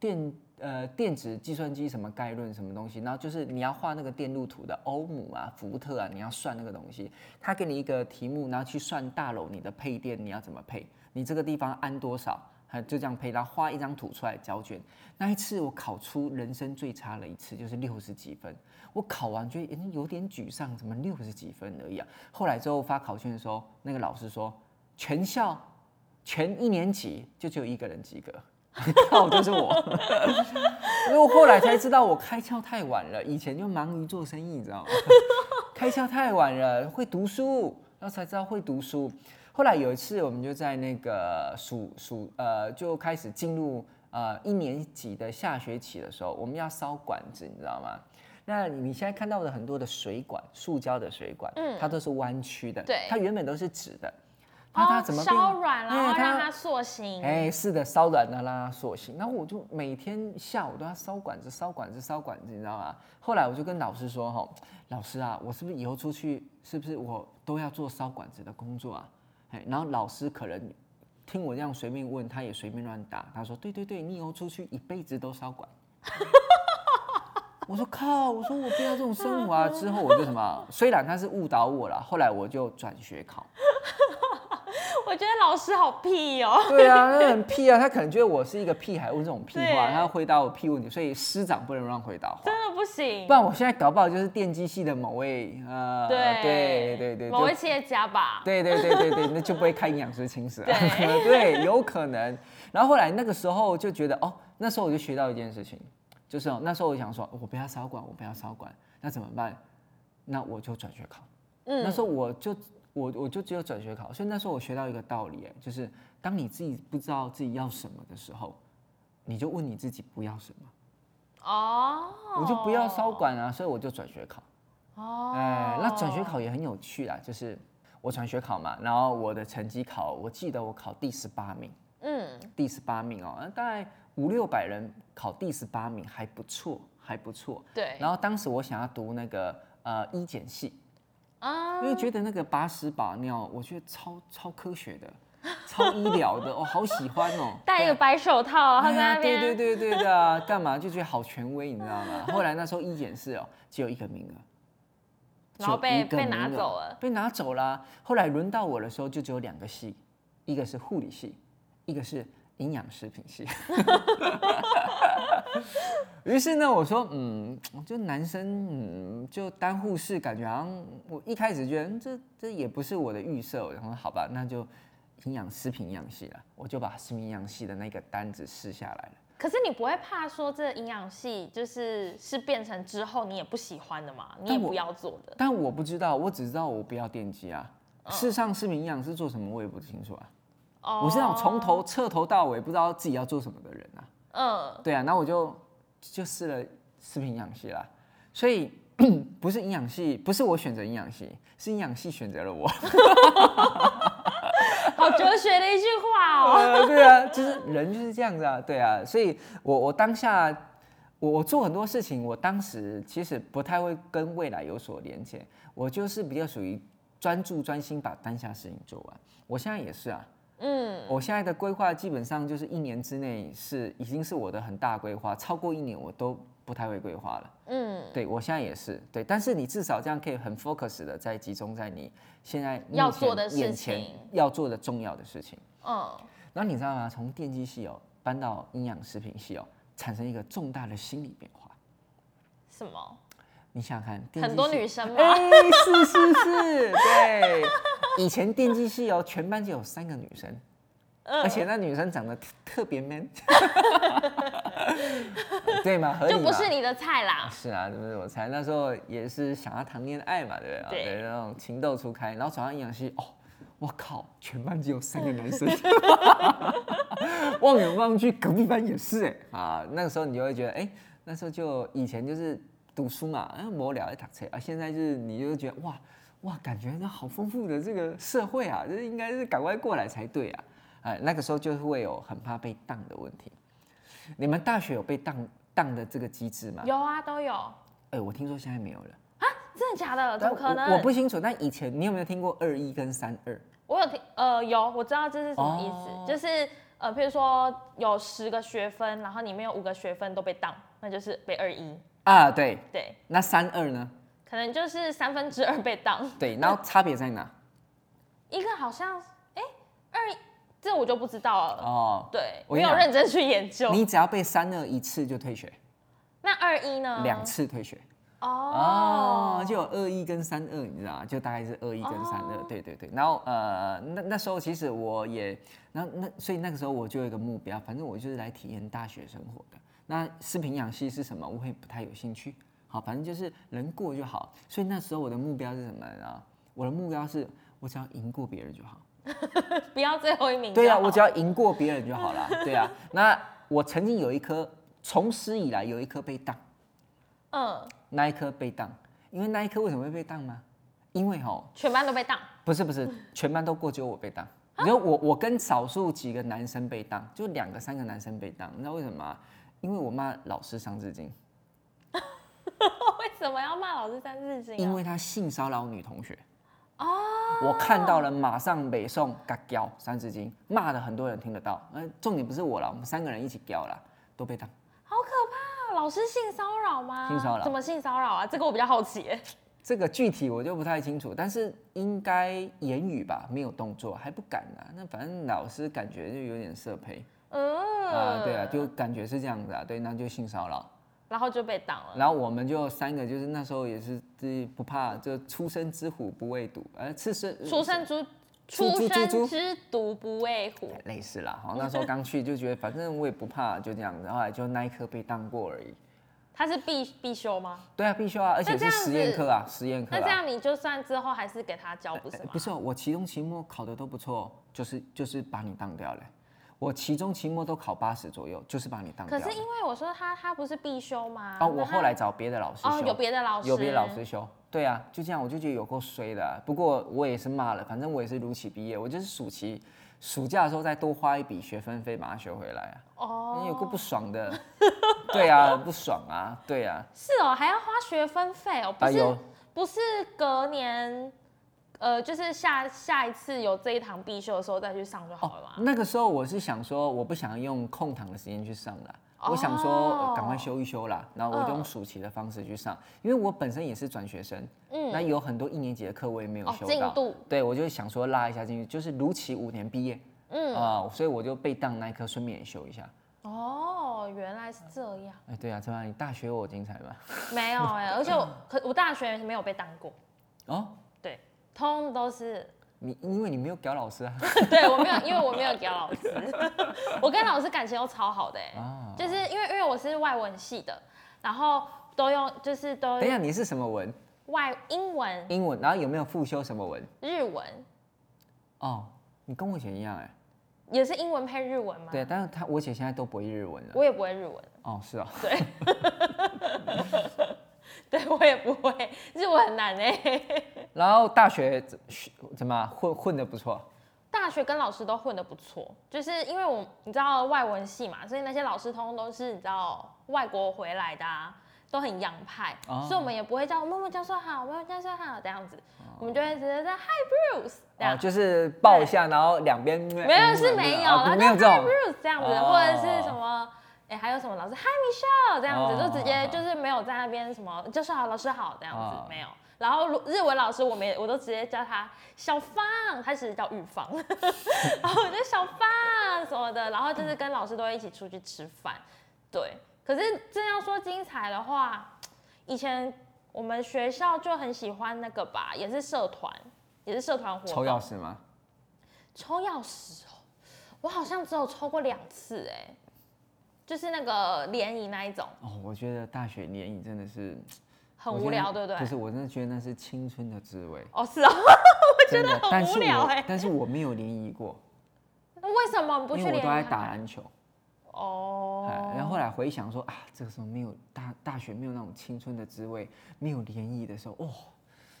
Speaker 3: 电呃电子计算机什么概论什么东西，然后就是你要画那个电路图的欧姆啊、福特啊，你要算那个东西。他给你一个题目，然后去算大楼你的配电你要怎么配，你这个地方安多少，还就这样配，然后画一张图出来交卷。那一次我考出人生最差的一次，就是六十几分。我考完觉得诶有点沮丧，怎么六十几分而已啊？后来之后发考卷的时候，那个老师说全校全一年级就只有一个人及格， 那我就是我。因为我后来才知道我开窍太晚了，以前就忙于做生意，你知道吗？ 开窍太晚了，会读书，然后才知道会读书。后来有一次，我们就在那个暑暑呃，就开始进入呃一年级的下学期的时候，我们要烧管子，你知道吗？那你现在看到的很多的水管，塑胶的水管，
Speaker 2: 嗯
Speaker 3: 它都是弯曲的，
Speaker 2: 对
Speaker 3: 它原本都是直的，那它
Speaker 2: 哦，
Speaker 3: 啊怎么变
Speaker 2: 烧软了，
Speaker 3: 哎
Speaker 2: 然后让
Speaker 3: 它
Speaker 2: 它塑形。
Speaker 3: 哎，是的，烧软的啦，塑形。然后我就每天下午都要烧管子，烧管子，烧管子，你知道吗？后来我就跟老师说，哈，老师啊，我是不是以后出去，是不是我都要做烧管子的工作啊？哎，然后老师可能听我这样随便问，他也随便乱答。他说：“对对对，你以后出去一辈子都少管。” 我说靠！我说我不要这种生活啊！之后我就什么，虽然他是误导我了，后来我就转学考。
Speaker 2: 我觉得老师好屁 哦、
Speaker 3: 对啊，那很屁啊！他可能觉得我是一个屁孩，问这种屁话，
Speaker 2: 对
Speaker 3: 他回答我屁问题，所以师长不能乱回答话。
Speaker 2: 真的不行
Speaker 3: 不。然呃我现在搞不好就是电机系的某位呃，对对对，
Speaker 2: 某
Speaker 3: 就
Speaker 2: 位企业家吧。
Speaker 3: 对对对对对，那就不会开营养师亲史啊。
Speaker 2: 对
Speaker 3: 对，有可能。然后后来那个时候就觉得，哦，那时候我就学到一件事情，就是、哦、那时候我想说，我不要少管，我不要少管，那怎么办？那我就转学考。
Speaker 2: 嗯
Speaker 3: 那时候我就我我就只有转学考，所以那时候我学到一个道理，哎，就是当你自己不知道自己要什么的时候，你就问你自己不要什么，
Speaker 2: 哦，
Speaker 3: 我就不要少。管啊，所以我就转学考。
Speaker 2: 哦，
Speaker 3: 哎，那转学考也很有趣啦，就是我转学考嘛，然后我的成绩考，我记得我考第十八名，
Speaker 2: 嗯，
Speaker 3: 第十八名哦，那大概五六百人考第十八名，还不错，还不错。
Speaker 2: 对。
Speaker 3: 然后当时我想要读那个呃医检系，
Speaker 2: 啊
Speaker 3: 因为觉得那个把屎把尿，我觉得超超科学的，超医疗的，我、哦、好喜欢 哦。
Speaker 2: 戴一个
Speaker 3: 对
Speaker 2: 白手套，他
Speaker 3: 哎
Speaker 2: 在
Speaker 3: 呀
Speaker 2: 那
Speaker 3: 对
Speaker 2: 边。
Speaker 3: 对对对的啊，干嘛就觉得好权威，你知道吗？后来那时候医检室哦，只有一个名额，
Speaker 2: 然后
Speaker 3: 只有
Speaker 2: 被
Speaker 3: 一个
Speaker 2: 被拿
Speaker 3: 名额
Speaker 2: 走了，
Speaker 3: 被拿走了啊。后来轮到我的时候，就只有两个系，一个是护理系，一个是营养食品系。 于是呢，我说，嗯，就男生，嗯，就当护士，感觉好像我一开始觉得、嗯这这也不是我的预设，然后好吧，那就营养食品营养系了，我就把食品营养系的那个单子试下来了。
Speaker 2: 可是你不会怕说这营养系就是是变成之后你也不喜欢的嘛，你也
Speaker 3: 但我
Speaker 2: 不要做的
Speaker 3: 但我不知道，我只知道我不要电击啊。
Speaker 2: 嗯
Speaker 3: 事实上，食品营养是做什么，我也不清楚啊。
Speaker 2: 哦
Speaker 3: 我是那种从头彻头到尾不知道自己要做什么的人啊。
Speaker 2: 嗯
Speaker 3: 对啊，然后我就就试了食品营养系啦，所以 不是营养系，不是我选择营养系，是营养系选择了我。
Speaker 2: 好哲学的一句话哦，
Speaker 3: 呃对啊，就是人就是这样子啊，对啊，所以我我当下我我做很多事情，我当时其实不太会跟未来有所连接，我就是比较属于专注专心把当下事情做完。我现在也是啊，
Speaker 2: 嗯
Speaker 3: 我现在的规划基本上就是一年之内是已经是我的很大规划，超过一年我都不太会规划了。
Speaker 2: 嗯，
Speaker 3: 对我现在也是对，但是你至少这样可以很 focus 的在集中在你现在目
Speaker 2: 要
Speaker 3: 前
Speaker 2: 做的事
Speaker 3: 眼前
Speaker 2: 情
Speaker 3: 要做的重要的事情。
Speaker 2: 嗯，
Speaker 3: 然后你知道吗？从电机系哦搬到营养食品系哦，产生一个重大的心理变化。
Speaker 2: 什么？
Speaker 3: 你想想看，电
Speaker 2: 很
Speaker 3: 机
Speaker 2: 多
Speaker 3: 系
Speaker 2: 女生
Speaker 3: 哎、
Speaker 2: 吗？
Speaker 3: 是是是，对。以前电机系哦，全班就有三个女生，
Speaker 2: 嗯
Speaker 3: 而且那女生长得特特 别 man，对吗？合理
Speaker 2: 就
Speaker 3: 吗？
Speaker 2: 不是你的菜啦，
Speaker 3: 是啊，这不是我猜，那时候也是想要谈恋爱嘛，对不啊对？
Speaker 2: 对
Speaker 3: 那种情窦初开，然后转到营养系，哦，我靠，全班只有三个男生，望远望去，隔壁班也是哎，啊，那个时候你就会觉得，哎，那时候就以前就是读书嘛，嗯，无聊在打车啊，现在就是你就觉得哇哇，感觉那好丰富的这个社会啊，这应该是赶快过来才对啊，哎，那个时候就会有很怕被当的问题。你们大学有被当当的这个机制吗？
Speaker 2: 有啊，都有，
Speaker 3: 哎、我听说现在没有了，
Speaker 2: 真的假的？怎么可
Speaker 3: 我
Speaker 2: 能？
Speaker 3: 我不清楚。但以前你有没有听过二一跟三二？
Speaker 2: 我有听，呃，有，我知道这是什么意思，
Speaker 3: 哦
Speaker 2: 就是呃，譬如说有十个学分，然后里面有五个学分都被当，那就是被二一，
Speaker 3: 啊，对，
Speaker 2: 对，
Speaker 3: 那三二呢？
Speaker 2: 可能就是三分之二被当，
Speaker 3: 对，然后差别在哪？
Speaker 2: 一个好像，哎、二一，这我就不知道了，
Speaker 3: 哦，
Speaker 2: 对，
Speaker 3: 我
Speaker 2: 没
Speaker 3: 跟你
Speaker 2: 有
Speaker 3: 讲
Speaker 2: 认真去研究。
Speaker 3: 你只要被三二一次就退学，
Speaker 2: 那二一呢？
Speaker 3: 两次退学。
Speaker 2: 哦，
Speaker 3: 哦，就有二一跟三二，你知道吗？就大概是二一跟三二、对对对。然后呃，那那时候其实我也，然后那所以那个时候我就有一个目标，反正我就是来体验大学生活的。那食品养系是什么？我也不太有兴趣。好，反正就是能过就好。所以那时候我的目标是什么呢？我的目标是我只要赢过别人就好。
Speaker 2: 不要最后一名就好。
Speaker 3: 对啊，我只要赢过别人就好了。对啊，那我曾经有一科，从师以来有一科被当。
Speaker 2: 嗯，
Speaker 3: 那一科被当，因为那一科为什么会被当吗？因为哦，
Speaker 2: 全班都被当。
Speaker 3: 不是不是，全班都过，只有我被当。然后我我跟少数几个男生被当，就两个三个男生被当，你知道为什么吗？因为我骂老师伤至今，
Speaker 2: 为什么要骂老师三字经啊？
Speaker 3: 因为他性骚扰女同学。
Speaker 2: 哦
Speaker 3: 我看到了，马上北宋嘎屌三字经，骂的很多人听得到。呃，重点不是我啦，我们三个人一起屌啦，都被当。
Speaker 2: 好可怕！哦老师性骚扰吗？
Speaker 3: 性骚扰
Speaker 2: 怎么性骚扰啊？这个我比较好奇耶。
Speaker 3: 这个具体我就不太清楚，但是应该言语吧，没有动作，还不敢啊。那反正老师感觉就有点色胚
Speaker 2: 嗯，
Speaker 3: 啊，对啊，就感觉是这样子啊，对，那就性骚扰。
Speaker 2: 然后就被挡了。
Speaker 3: 然后我们就三个，就是那时候也是这不怕，就初生之虎不畏毒，呃，赤身
Speaker 2: 出生之
Speaker 3: 猪
Speaker 2: 出
Speaker 3: 猪猪
Speaker 2: 生
Speaker 3: 猪
Speaker 2: 之毒不畏虎，
Speaker 3: 呃类似啦。好，那时候刚去就觉得反正我也不怕，就这样子。后来就那一科被当过而已。
Speaker 2: 它是必必修吗？
Speaker 3: 对啊，必修啊，而且
Speaker 2: 那这
Speaker 3: 是
Speaker 2: 样
Speaker 3: 实验
Speaker 2: 子
Speaker 3: 课啊，实验课
Speaker 2: 那这
Speaker 3: 啊。
Speaker 2: 样你就算之后还是给他教，不是
Speaker 3: 呃
Speaker 2: 吗？
Speaker 3: 不是哦，我期中、期末考的都不错哦，就是就是把你当掉了。我期中、期末都考八十左右，就是把你当掉
Speaker 2: 可
Speaker 3: 了。
Speaker 2: 是因为我说他他不是必修吗？
Speaker 3: 哦，我
Speaker 2: 那他
Speaker 3: 后来找别的老师修，
Speaker 2: 哦有别的老师，
Speaker 3: 有别的老师修。对啊，就这样，我就觉得有够衰的啊、不过我也是骂了，反正我也是如期毕业，我就是暑期暑假的时候再多花一笔学分费把它学回来啊。
Speaker 2: 哦，
Speaker 3: 你有够不爽的，对啊，不爽啊，对啊，
Speaker 2: 是哦，还要花学分费哦，不
Speaker 3: 啊
Speaker 2: 是、
Speaker 3: 有
Speaker 2: 不是隔年，呃，就是下下一次有这一堂必修的时候再去上就好了嘛。
Speaker 3: 哦那个时候我是想说，我不想用空堂的时间去上啦，我想说呃赶快修一修啦，然后我就用
Speaker 2: 哦嗯
Speaker 3: 暑期的方式去上，因为我本身也是转学生，那有很多一年级的课我也没有
Speaker 2: 嗯哦
Speaker 3: 修
Speaker 2: 进
Speaker 3: 到，
Speaker 2: 度
Speaker 3: 对我就想说拉一下进去，就是如期五年毕业，嗯啊、所以我就被当那一科顺便也修一下。
Speaker 2: 哦，原来是这样，
Speaker 3: 哎，对啊，怎么样？你大学我有精彩吗？
Speaker 2: 没有哎、而且 我可我大学没有被当过，
Speaker 3: 哦，
Speaker 2: 对，通都是
Speaker 3: 你因为你没有屌老师啊，
Speaker 2: 对我没有，因为我没有给老师， 我跟老师感情都超好的、欸，
Speaker 3: 啊
Speaker 2: 就是因为因为我是外文系的，然后都用就是都
Speaker 3: 等一下你是什么文？
Speaker 2: 外英文、
Speaker 3: 英文，然后有没有复修什么文？
Speaker 2: 日文，
Speaker 3: 哦，你跟我姐一样哎、
Speaker 2: 也是英文配日文吗？
Speaker 3: 对，但是她我姐现在都不会日文了。
Speaker 2: 我也不会日文，
Speaker 3: 哦，是哦，
Speaker 2: 对我也不会，日文很难哎、
Speaker 3: 然后大学怎学怎么啊混混的不错，
Speaker 2: 大学跟老师都混得不错，就是因为我你知道外文系嘛，所以那些老师通通都是你知道外国回来的、啊，都很洋派，
Speaker 3: 哦
Speaker 2: 所以我们也不会叫默默教授好，默默教授好这样子，我们就会直接在 Hi Bruce 这样。
Speaker 3: 哦，就是抱一下，然后两边
Speaker 2: 啊没有是没有，然
Speaker 3: 哦
Speaker 2: 后啊
Speaker 3: 没有
Speaker 2: 就
Speaker 3: 这
Speaker 2: Hi
Speaker 3: 种
Speaker 2: Bruce 这样子，
Speaker 3: 哦
Speaker 2: 或者是什么，哎、还有什么老师 Hi Michelle 这样子，
Speaker 3: 哦
Speaker 2: 就直接
Speaker 3: 哦
Speaker 2: 就是没有在那边什么教授好老师好这样子、
Speaker 3: 哦
Speaker 2: 没有。然后如日文老师我们也我都直接叫他小芳，他其实叫玉芳， 然后我就小芳什么的，然后就是跟老师都会一起出去吃饭，对。可是真要说精彩的话，以前我们学校就很喜欢那个吧，也是社团，也是社团活动，
Speaker 3: 抽钥匙吗？
Speaker 2: 抽钥匙哦，我好像只有抽过两次哎、就是那个联谊那一种，
Speaker 3: 哦，我觉得大学联谊真的是
Speaker 2: 很
Speaker 3: 我
Speaker 2: 无
Speaker 3: 觉得
Speaker 2: 聊，
Speaker 3: 那
Speaker 2: 对不对？
Speaker 3: 不是，我真的觉得那是青春的滋味，
Speaker 2: 哦，是哦，
Speaker 3: 真的
Speaker 2: 很
Speaker 3: 但
Speaker 2: 无
Speaker 3: 是
Speaker 2: 聊
Speaker 3: 我
Speaker 2: 哎
Speaker 3: 但是我没有联谊过，
Speaker 2: 那为什么不去
Speaker 3: 因为
Speaker 2: 联谊
Speaker 3: 我都爱
Speaker 2: 看
Speaker 3: 打
Speaker 2: 看？
Speaker 3: 篮球。
Speaker 2: 哦
Speaker 3: 哎，然后后来回想说啊，这个时候没有大大学没有那种青春的滋味，没有联谊的时候，哦，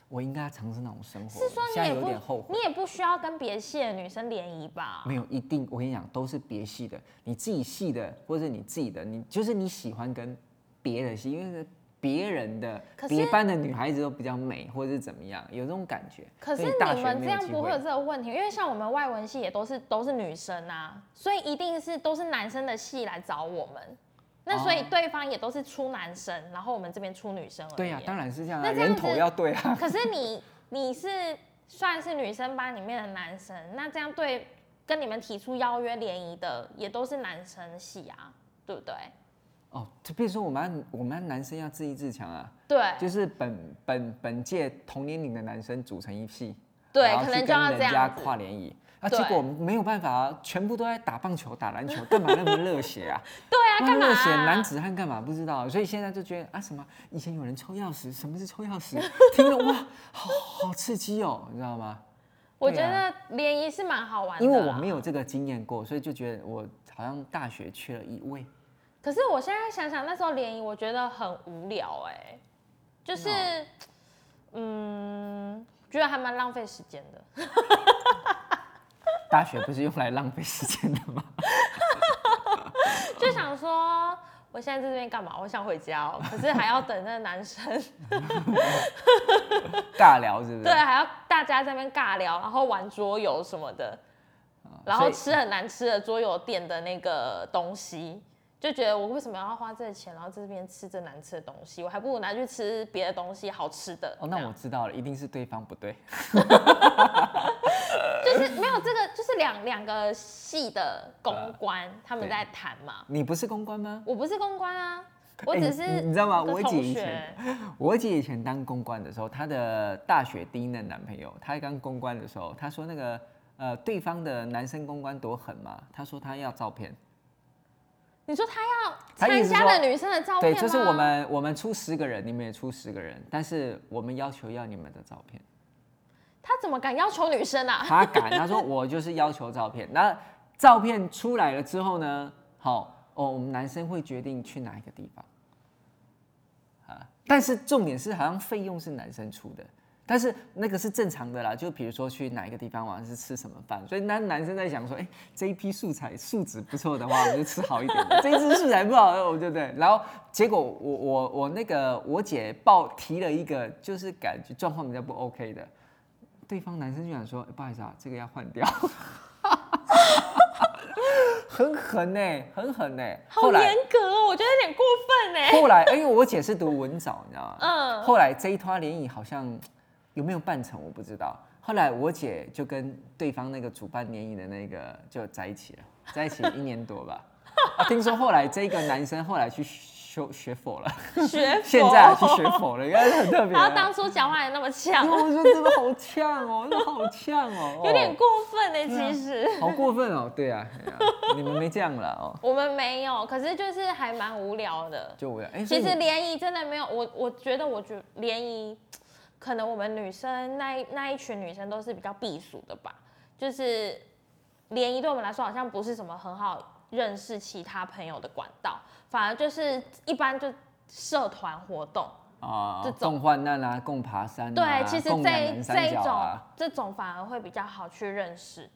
Speaker 3: 我应该尝试那种生活。
Speaker 2: 是说
Speaker 3: 现
Speaker 2: 你也
Speaker 3: 在有点后
Speaker 2: 不，
Speaker 3: 悔
Speaker 2: 你。也不需要跟别系的女生联谊吧？
Speaker 3: 没有一定，我跟你讲，都是别系的，你自己系的，或者你自己的，你就是你喜欢跟别的系，因为是别人的
Speaker 2: 可是
Speaker 3: 别班的女孩子都比较美，或者是怎么样，有这种感觉。
Speaker 2: 可是
Speaker 3: 所以大
Speaker 2: 你
Speaker 3: 学
Speaker 2: 们
Speaker 3: 没
Speaker 2: 这
Speaker 3: 有
Speaker 2: 样
Speaker 3: 机
Speaker 2: 不会有
Speaker 3: 会
Speaker 2: 这个问题，因为像我们外文系也都是都是女生啊，所以一定是都是男生的系来找我们，那所以
Speaker 3: 哦
Speaker 2: 对方也都是出男生，然后我们这边出女生而已。
Speaker 3: 对呀、当然是这样啊，
Speaker 2: 那这样
Speaker 3: 人头
Speaker 2: 子
Speaker 3: 要对啊。
Speaker 2: 可是你你是算是女生班里面的男生，那这样对跟你们提出邀约联谊的也都是男生系啊，对不对？
Speaker 3: 哦，就比如说我们班我们班男生要自立自强啊，
Speaker 2: 对，
Speaker 3: 就是本本本届同年龄的男生组成一系，
Speaker 2: 对
Speaker 3: 然后
Speaker 2: 可
Speaker 3: 去
Speaker 2: 能就
Speaker 3: 跟
Speaker 2: 要
Speaker 3: 人
Speaker 2: 这
Speaker 3: 家
Speaker 2: 样子
Speaker 3: 跨联谊。啊，
Speaker 2: 对
Speaker 3: 结果没有办法啊，全部都在打棒球、打篮球，干嘛那么热血啊？
Speaker 2: 对啊，
Speaker 3: 那
Speaker 2: 干嘛、
Speaker 3: 热血男
Speaker 2: 啊？
Speaker 3: 子汉干嘛不知道？所以现在就觉得啊，什么以前有人抽钥匙，什么是抽钥匙？听了哇，好好刺激哦，你知道吗？
Speaker 2: 我觉
Speaker 3: 对啊
Speaker 2: 得联谊是蛮好玩的、啊
Speaker 3: 因为我没
Speaker 2: 有。
Speaker 3: 有这个经验过，所以就觉得我好像大学缺了一位。
Speaker 2: 可是我现在想想，那时候联谊我觉得很无聊哎、就是
Speaker 3: 真
Speaker 2: 嗯，觉得还蛮浪费时间的。
Speaker 3: 大学不是用来浪费时间的吗？
Speaker 2: 就想说，我现在在这边干嘛？我想回家哦，可是还要等那个男生，
Speaker 3: 尬聊是不是？
Speaker 2: 对，啊还要大家在那边尬聊，然后玩桌游什么的，然后
Speaker 3: 啊所以
Speaker 2: 吃很难吃的桌游店的那个东西，就觉得我为什么要花这个钱，然后在这边吃这难吃的东西，我还不如拿去吃别的东西好吃的。
Speaker 3: 哦，
Speaker 2: 这
Speaker 3: 那
Speaker 2: 样
Speaker 3: 我知道了，一定是对方不对。
Speaker 2: 就是没有这个，就是两两个系的公关、他们
Speaker 3: 对
Speaker 2: 在谈嘛。
Speaker 3: 你不是公关吗？
Speaker 2: 我不是公关啊，我
Speaker 3: 哎
Speaker 2: 只
Speaker 3: 你
Speaker 2: 是、
Speaker 3: 你你知道吗？我姐
Speaker 2: 同
Speaker 3: 以
Speaker 2: 学
Speaker 3: 前，我姐以前当公关的时候，她的大学第一任男朋友，她刚公关的时候，她说那个呃，对方的男生公关多狠嘛，她说她要照片，
Speaker 2: 你说他要
Speaker 3: 他意
Speaker 2: 参
Speaker 3: 思
Speaker 2: 加
Speaker 3: 说
Speaker 2: 了女生的照片
Speaker 3: 对，
Speaker 2: 吗？
Speaker 3: 就是我们我们出十个人，你们也出十个人，但是我们要求要你们的照片，
Speaker 2: 他怎么敢要求女生啊？
Speaker 3: 她敢，她说我就是要求照片，那照片出来了之后呢，好哦，我们男生会决定去哪一个地方。啊，但是重点是好像费用是男生出的，但是那个是正常的啦，就比如说去哪一个地方玩是吃什么饭，所以那男生在想说，哎、这一批素材素质不错的话，我就吃好一点 的；这一支素材不好，我就对。然后结果我我我那个我姐报提了一个，就是感觉状况比较不 OK 的，对方男生就想说，哎不好意思啊，这个要换掉。 很狠呢、欸很狠呢、
Speaker 2: 好
Speaker 3: 后来。
Speaker 2: 严格哦，我觉得有点过分哎。
Speaker 3: 后来，因为我姐是读文藻，你知道吗？
Speaker 2: 嗯
Speaker 3: 后来这一团联谊好像有没有办成，我不知道。后来我姐就跟对方那个主办联谊的那个就在一起了，在一起一年多吧。啊听说后来这个男生后来去修学佛 了，
Speaker 2: 学佛，
Speaker 3: 现 在去学啊佛了，应该是很特别
Speaker 2: 然
Speaker 3: 啊。
Speaker 2: 后当初讲话也那么 呛，
Speaker 3: 我觉得这个好呛哦，这个好呛哦，
Speaker 2: 有点过分哎。
Speaker 3: 啊
Speaker 2: 其实、
Speaker 3: 好过分哦。对啊，对啊你们没这样了哦，
Speaker 2: 我们没有，可是就是还蛮无聊的。
Speaker 3: 就我哎，所以
Speaker 2: 其实
Speaker 3: 你
Speaker 2: 联谊真的没有，我我觉得，我觉得联谊，可能我们女生那一那一群女生都是比较避暑的吧，就是联谊对我们来说好像不是什么很好认识其他朋友的管道，反而就是一般就社团活动。
Speaker 3: 啊
Speaker 2: 这，种
Speaker 3: 共患难啊，共爬山啊，
Speaker 2: 对，其实
Speaker 3: 共两
Speaker 2: 这
Speaker 3: 人
Speaker 2: 这
Speaker 3: 三
Speaker 2: 一
Speaker 3: 角
Speaker 2: 种
Speaker 3: 啊。
Speaker 2: 这种反而会比较好去认识。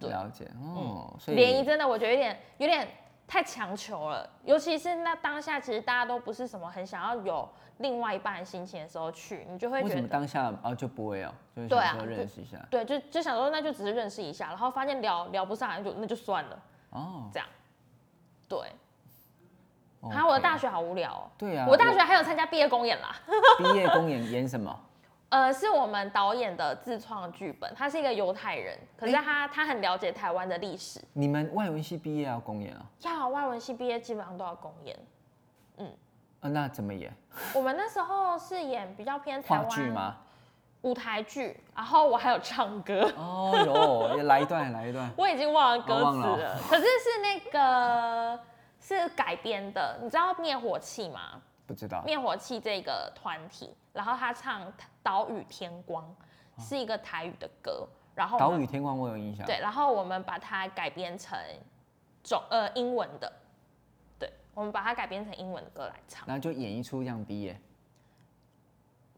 Speaker 2: 对嗯
Speaker 3: 了解哦，所以
Speaker 2: 联谊真的我觉得有点有点太强求了，尤其是那当下，其实大家都不是什么很想要有另外一半的心情的时候去，你就会
Speaker 3: 为
Speaker 2: 觉
Speaker 3: 什么
Speaker 2: 得。
Speaker 3: 当下啊就不会哦，就是
Speaker 2: 对啊
Speaker 3: 想说认识一下
Speaker 2: 对，就就想说那就只是认识一下，然后发现聊聊不上来就那就算了，
Speaker 3: 哦。
Speaker 2: 这样。对，啊
Speaker 3: OK
Speaker 2: 还有我的大学好无聊哦。
Speaker 3: 哦啊对啊，
Speaker 2: 我大学还有参加毕业公演啦，
Speaker 3: 毕业公演演什么？
Speaker 2: 呃，是我们导演的自创剧本，他是一个犹太人，可是他、他很了解台湾的历史，
Speaker 3: 你们外文系毕业要公演啊？
Speaker 2: 要外文系毕业基本上都要公演。
Speaker 3: 呃，那怎么演？
Speaker 2: 我们那时候是演比较偏台
Speaker 3: 话剧
Speaker 2: 湾
Speaker 3: 吗？
Speaker 2: 舞台剧，然后我还有唱歌，
Speaker 3: 哦哟，也来一段，来一段。
Speaker 2: 我已经忘了歌
Speaker 3: 哦忘
Speaker 2: 词
Speaker 3: 了
Speaker 2: 了，可是是那个是改编的，你知道灭火器吗？
Speaker 3: 不知道，
Speaker 2: 灭火器这个团体，然后他唱《岛屿天光》，是一个台语的歌，然后我
Speaker 3: 哦岛
Speaker 2: 们
Speaker 3: 屿啊天光我有印象。
Speaker 2: 啊对，然后我们把它改编成中呃英文的，对，我们把它改编成英文的歌来唱，
Speaker 3: 然后就演一出这样毕业。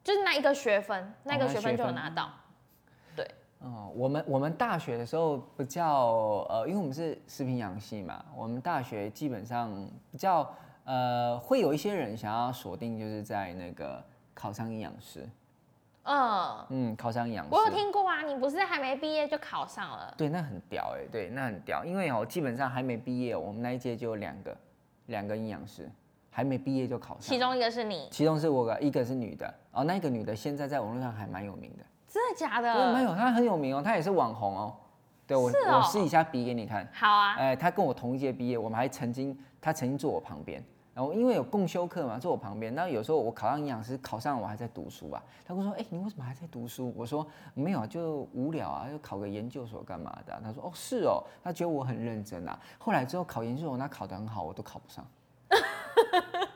Speaker 2: 就是那一个学分，那个
Speaker 3: 哦那
Speaker 2: 学分
Speaker 3: 学
Speaker 2: 就有
Speaker 3: 分
Speaker 2: 拿到，对。
Speaker 3: 哦，我们我们大学的时候比较呃，因为我们是食品养系嘛，我们大学基本上比较呃，会有一些人想要锁定就是在那个考上营养师，
Speaker 2: 嗯，
Speaker 3: 嗯，考上营养师。
Speaker 2: 我有听过啊，你不是还没毕业就考上了？
Speaker 3: 对，那很屌哎、对，那很屌，因为哦，基本上还没毕业，我们那一届就有两个，两个营养师还没毕业就考上，
Speaker 2: 其中一个是你，
Speaker 3: 其中是我的，一个是女的，哦，那个女的现在在网络上还蛮有名的，
Speaker 2: 真的假
Speaker 3: 对，蛮
Speaker 2: 的？
Speaker 3: 有，她很有名哦，她也是网红哦，对我、
Speaker 2: 是
Speaker 3: 我
Speaker 2: 哦
Speaker 3: 试一下比给你看，
Speaker 2: 好啊，
Speaker 3: 哎，她跟我同一届毕业，我们还曾经，她曾经坐我旁边。然后因为有共修课嘛，坐我旁边。那有时候我考上营养师，考上了我还在读书啊。她跟我说：“哎、你为什么还在读书？”我说：“没有啊，就无聊啊，就考个研究所干嘛的啊、她说：“哦，是哦。”她觉得我很认真啊。后来之后考研究所，那考得很好，我都考不上。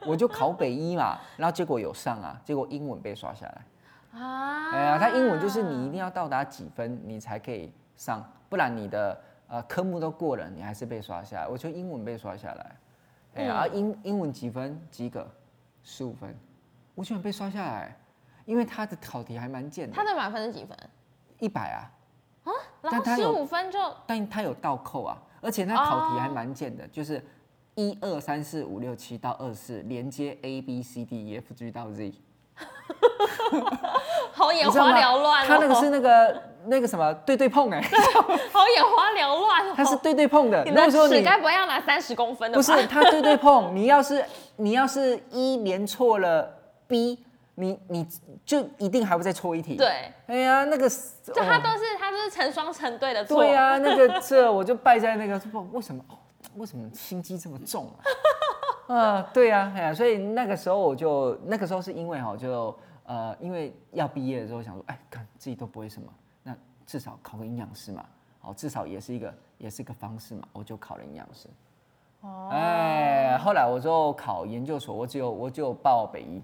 Speaker 3: 我就考北医嘛，然后结果有上啊，结果英文被刷下来。
Speaker 2: 啊，
Speaker 3: 哎呀，它英文就是你一定要到达几分，你才可以上，不然你的呃科目都过了，你还是被刷下来。我觉得英文被刷下来，哎
Speaker 2: 嗯
Speaker 3: 呀，啊英英文几分及格，十五分，我居然被刷下来，因为它的考题还蛮贱的
Speaker 2: 他，的满分是几分？
Speaker 3: 一百啊，
Speaker 2: 然后
Speaker 3: 但他
Speaker 2: 十
Speaker 3: 有
Speaker 2: 五分就哦
Speaker 3: 但它有倒扣啊，而且它考题还蛮贱的，就是一二三四五六七到二四连接 A B C D E F G 到 Z，
Speaker 2: 好眼
Speaker 3: 你知道
Speaker 2: 花
Speaker 3: 吗
Speaker 2: 缭乱哦，
Speaker 3: 他那个是那个那个什么对对 碰哎、
Speaker 2: 好眼花缭乱哦，
Speaker 3: 他是对对碰的。
Speaker 2: 你
Speaker 3: 如果
Speaker 2: 的
Speaker 3: 说
Speaker 2: 尺
Speaker 3: 你
Speaker 2: 该不会要拿三十公分的吧？
Speaker 3: 不是他对对碰，你要是你要是一连错了 B，你你就一定还会再错一题。，
Speaker 2: 对，
Speaker 3: 哎呀，那个
Speaker 2: 就他
Speaker 3: 哦
Speaker 2: 都是他都是成双成对的错。
Speaker 3: 对啊，那个这我就败在那个不为什么哦为什么心机这么重啊？ 啊，对啊，哎呀、所以那个时候我就那个时候是因为哈，就呃，因为要毕业的时候想说，哎，看自己都不会什么，那至少考个营养师嘛，哦，至少也是一个也是一个方式嘛，我就考了营养师。哦，哎，后来我就考研究所，我只有我只有报北医，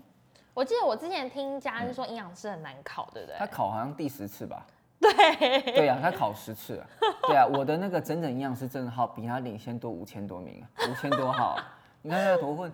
Speaker 2: 我记得我之前听家人说营养师很难考，对不
Speaker 3: 他
Speaker 2: 对？
Speaker 3: 考好像第十次吧。
Speaker 2: 呃对，
Speaker 3: 对呀、他考十次啊。对啊，我的那个整整营养师证号比他领先多五千多名啊，五千多号啊、 你看他多混，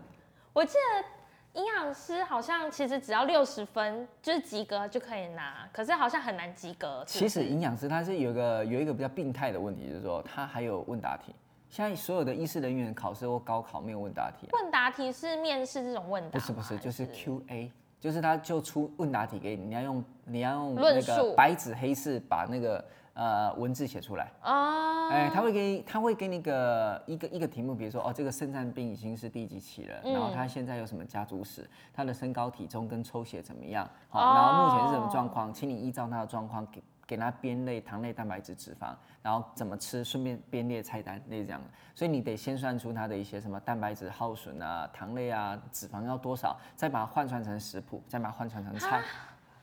Speaker 2: 我记得营养师好像其实只要六十分就是及格就可以拿，可是好像很难及格。是
Speaker 3: 其实营养师他是有一个有一个比较病态的问题，就是说他还有问答题。现在所有的医师人员考试或高考没有问答题、啊，
Speaker 2: 问答题是面试这种问答
Speaker 3: 不
Speaker 2: 吗，
Speaker 3: 是不是，就是
Speaker 2: 还
Speaker 3: Q&A，就是他就出问答题给你，你要用你要用
Speaker 2: 论
Speaker 3: 那个
Speaker 2: 述
Speaker 3: 白纸黑字把那个呃文字写出来。
Speaker 2: 哦，
Speaker 3: 哎、他会给你，他会给你一个一个一个题目，比如说哦，这个肾脏病已经是第几期了，然后他现在有什么家族史，他的身高体重跟抽血怎么样，好、然后目前是什么状况，请你依照他的状况给给他编类糖类、蛋白质、脂肪，然后怎么吃，顺便编列菜单，类似这样的。所以你得先算出他的一些什么蛋白质耗损啊、糖类啊、脂肪要多少，再把它换算成食谱，再把它换算成菜。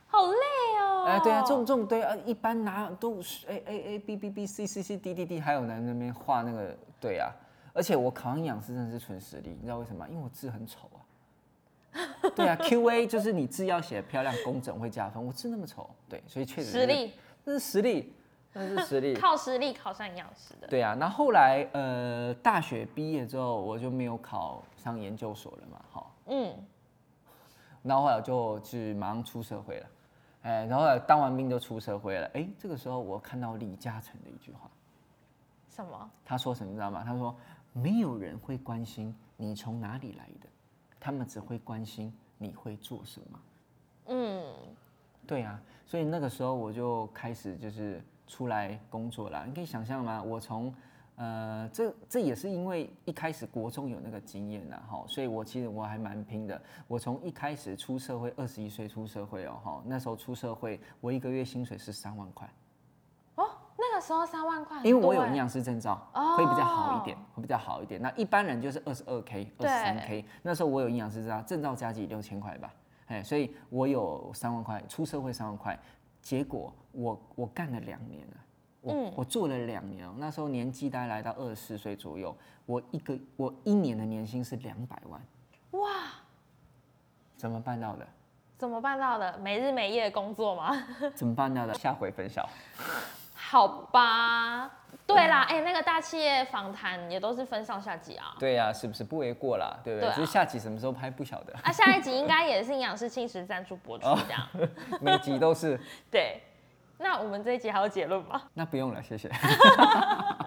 Speaker 2: 好累哦。
Speaker 3: 哎，对啊，这种这种对啊，一般拿都是 A A A B B B C C C D D D，还有人那边画那个对啊，而且我考上营养师真的是纯实力，你知道为什么吗？因为我字很丑啊。 对啊，Q A 就是你字要写得漂亮工整会加分，我字那么丑，对，所以确实
Speaker 2: 实 力，
Speaker 3: 那是实力，那是实力。
Speaker 2: 靠实力考上营养师的。
Speaker 3: 对啊，那后来呃大学毕业之后，我就没有考上研究所了嘛，好，
Speaker 2: 嗯，
Speaker 3: 然后后来我就去马上出社会了，哎，然后后来当完兵就出社会了。哎，这个时候我看到李嘉诚的一句话，
Speaker 2: 什么？
Speaker 3: 他说什么你知道吗？他说没有人会关心你从哪里来的，他们只会关心你会做什么。
Speaker 2: 嗯，
Speaker 3: 对啊，所以那个时候我就开始就是出来工作啦。你可以想象吗？我从呃，这这也是因为一开始国中有那个经验啦，哈，所以我其实我还蛮拼的。我从一开始出社会，二十一岁出社会哦，哈，那时候出社会，我一个月薪水是三万块，
Speaker 2: 哦，那个时候三万块很多欸，
Speaker 3: 因为我有营养师证照，
Speaker 2: 哦
Speaker 3: 会比较好一点，会比较好一点。那一般人就是二十二 k、二
Speaker 2: 对
Speaker 3: 十三 k，那时候我有营养师证照，证照加起六千块吧，哎，所以我有三万块，出社会三万块。结果我我干了两年了，我、
Speaker 2: 嗯
Speaker 3: 我做了两年哦，那时候年纪大概来到二十四岁左右，我一个我一年的年薪是两百万，
Speaker 2: 哇，
Speaker 3: 怎么 办到的？
Speaker 2: 怎么办到的？没日没夜的工作吗？
Speaker 3: 怎么办到的？下回分享。
Speaker 2: 好吧，对
Speaker 3: 嗯
Speaker 2: 啦，哎、那个大企业访谈也都是分上下集啊。
Speaker 3: 对呀、是不是不为过啦？对不
Speaker 2: 对
Speaker 3: 对？
Speaker 2: 啊
Speaker 3: 只是下集什么时候拍不晓得，
Speaker 2: 啊，下一集应该也是营养师青石赞助播出这
Speaker 3: 哦
Speaker 2: 样。
Speaker 3: 每集都是。
Speaker 2: 对，那我们这一集还有结论吗？
Speaker 3: 那不用了，谢谢。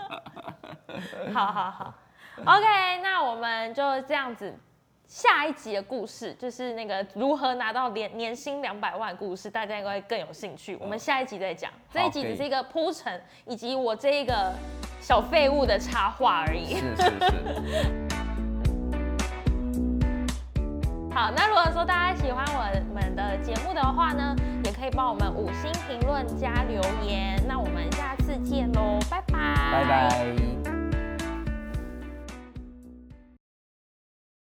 Speaker 2: 好好好，OK，那我们就这样子。下一集的故事就是那个如何拿到年年薪两百万的故事，大家应该会更有兴趣。我们下一集再讲，这一集
Speaker 3: 可以
Speaker 2: 只是一个铺陈，以及我这一个小废物的插画而已。
Speaker 3: 是是是，
Speaker 2: 好，那如果说大家喜欢我们的节目的话呢，也可以帮我们五星评论加留言。那我们下次见喽，拜拜，
Speaker 3: 拜拜。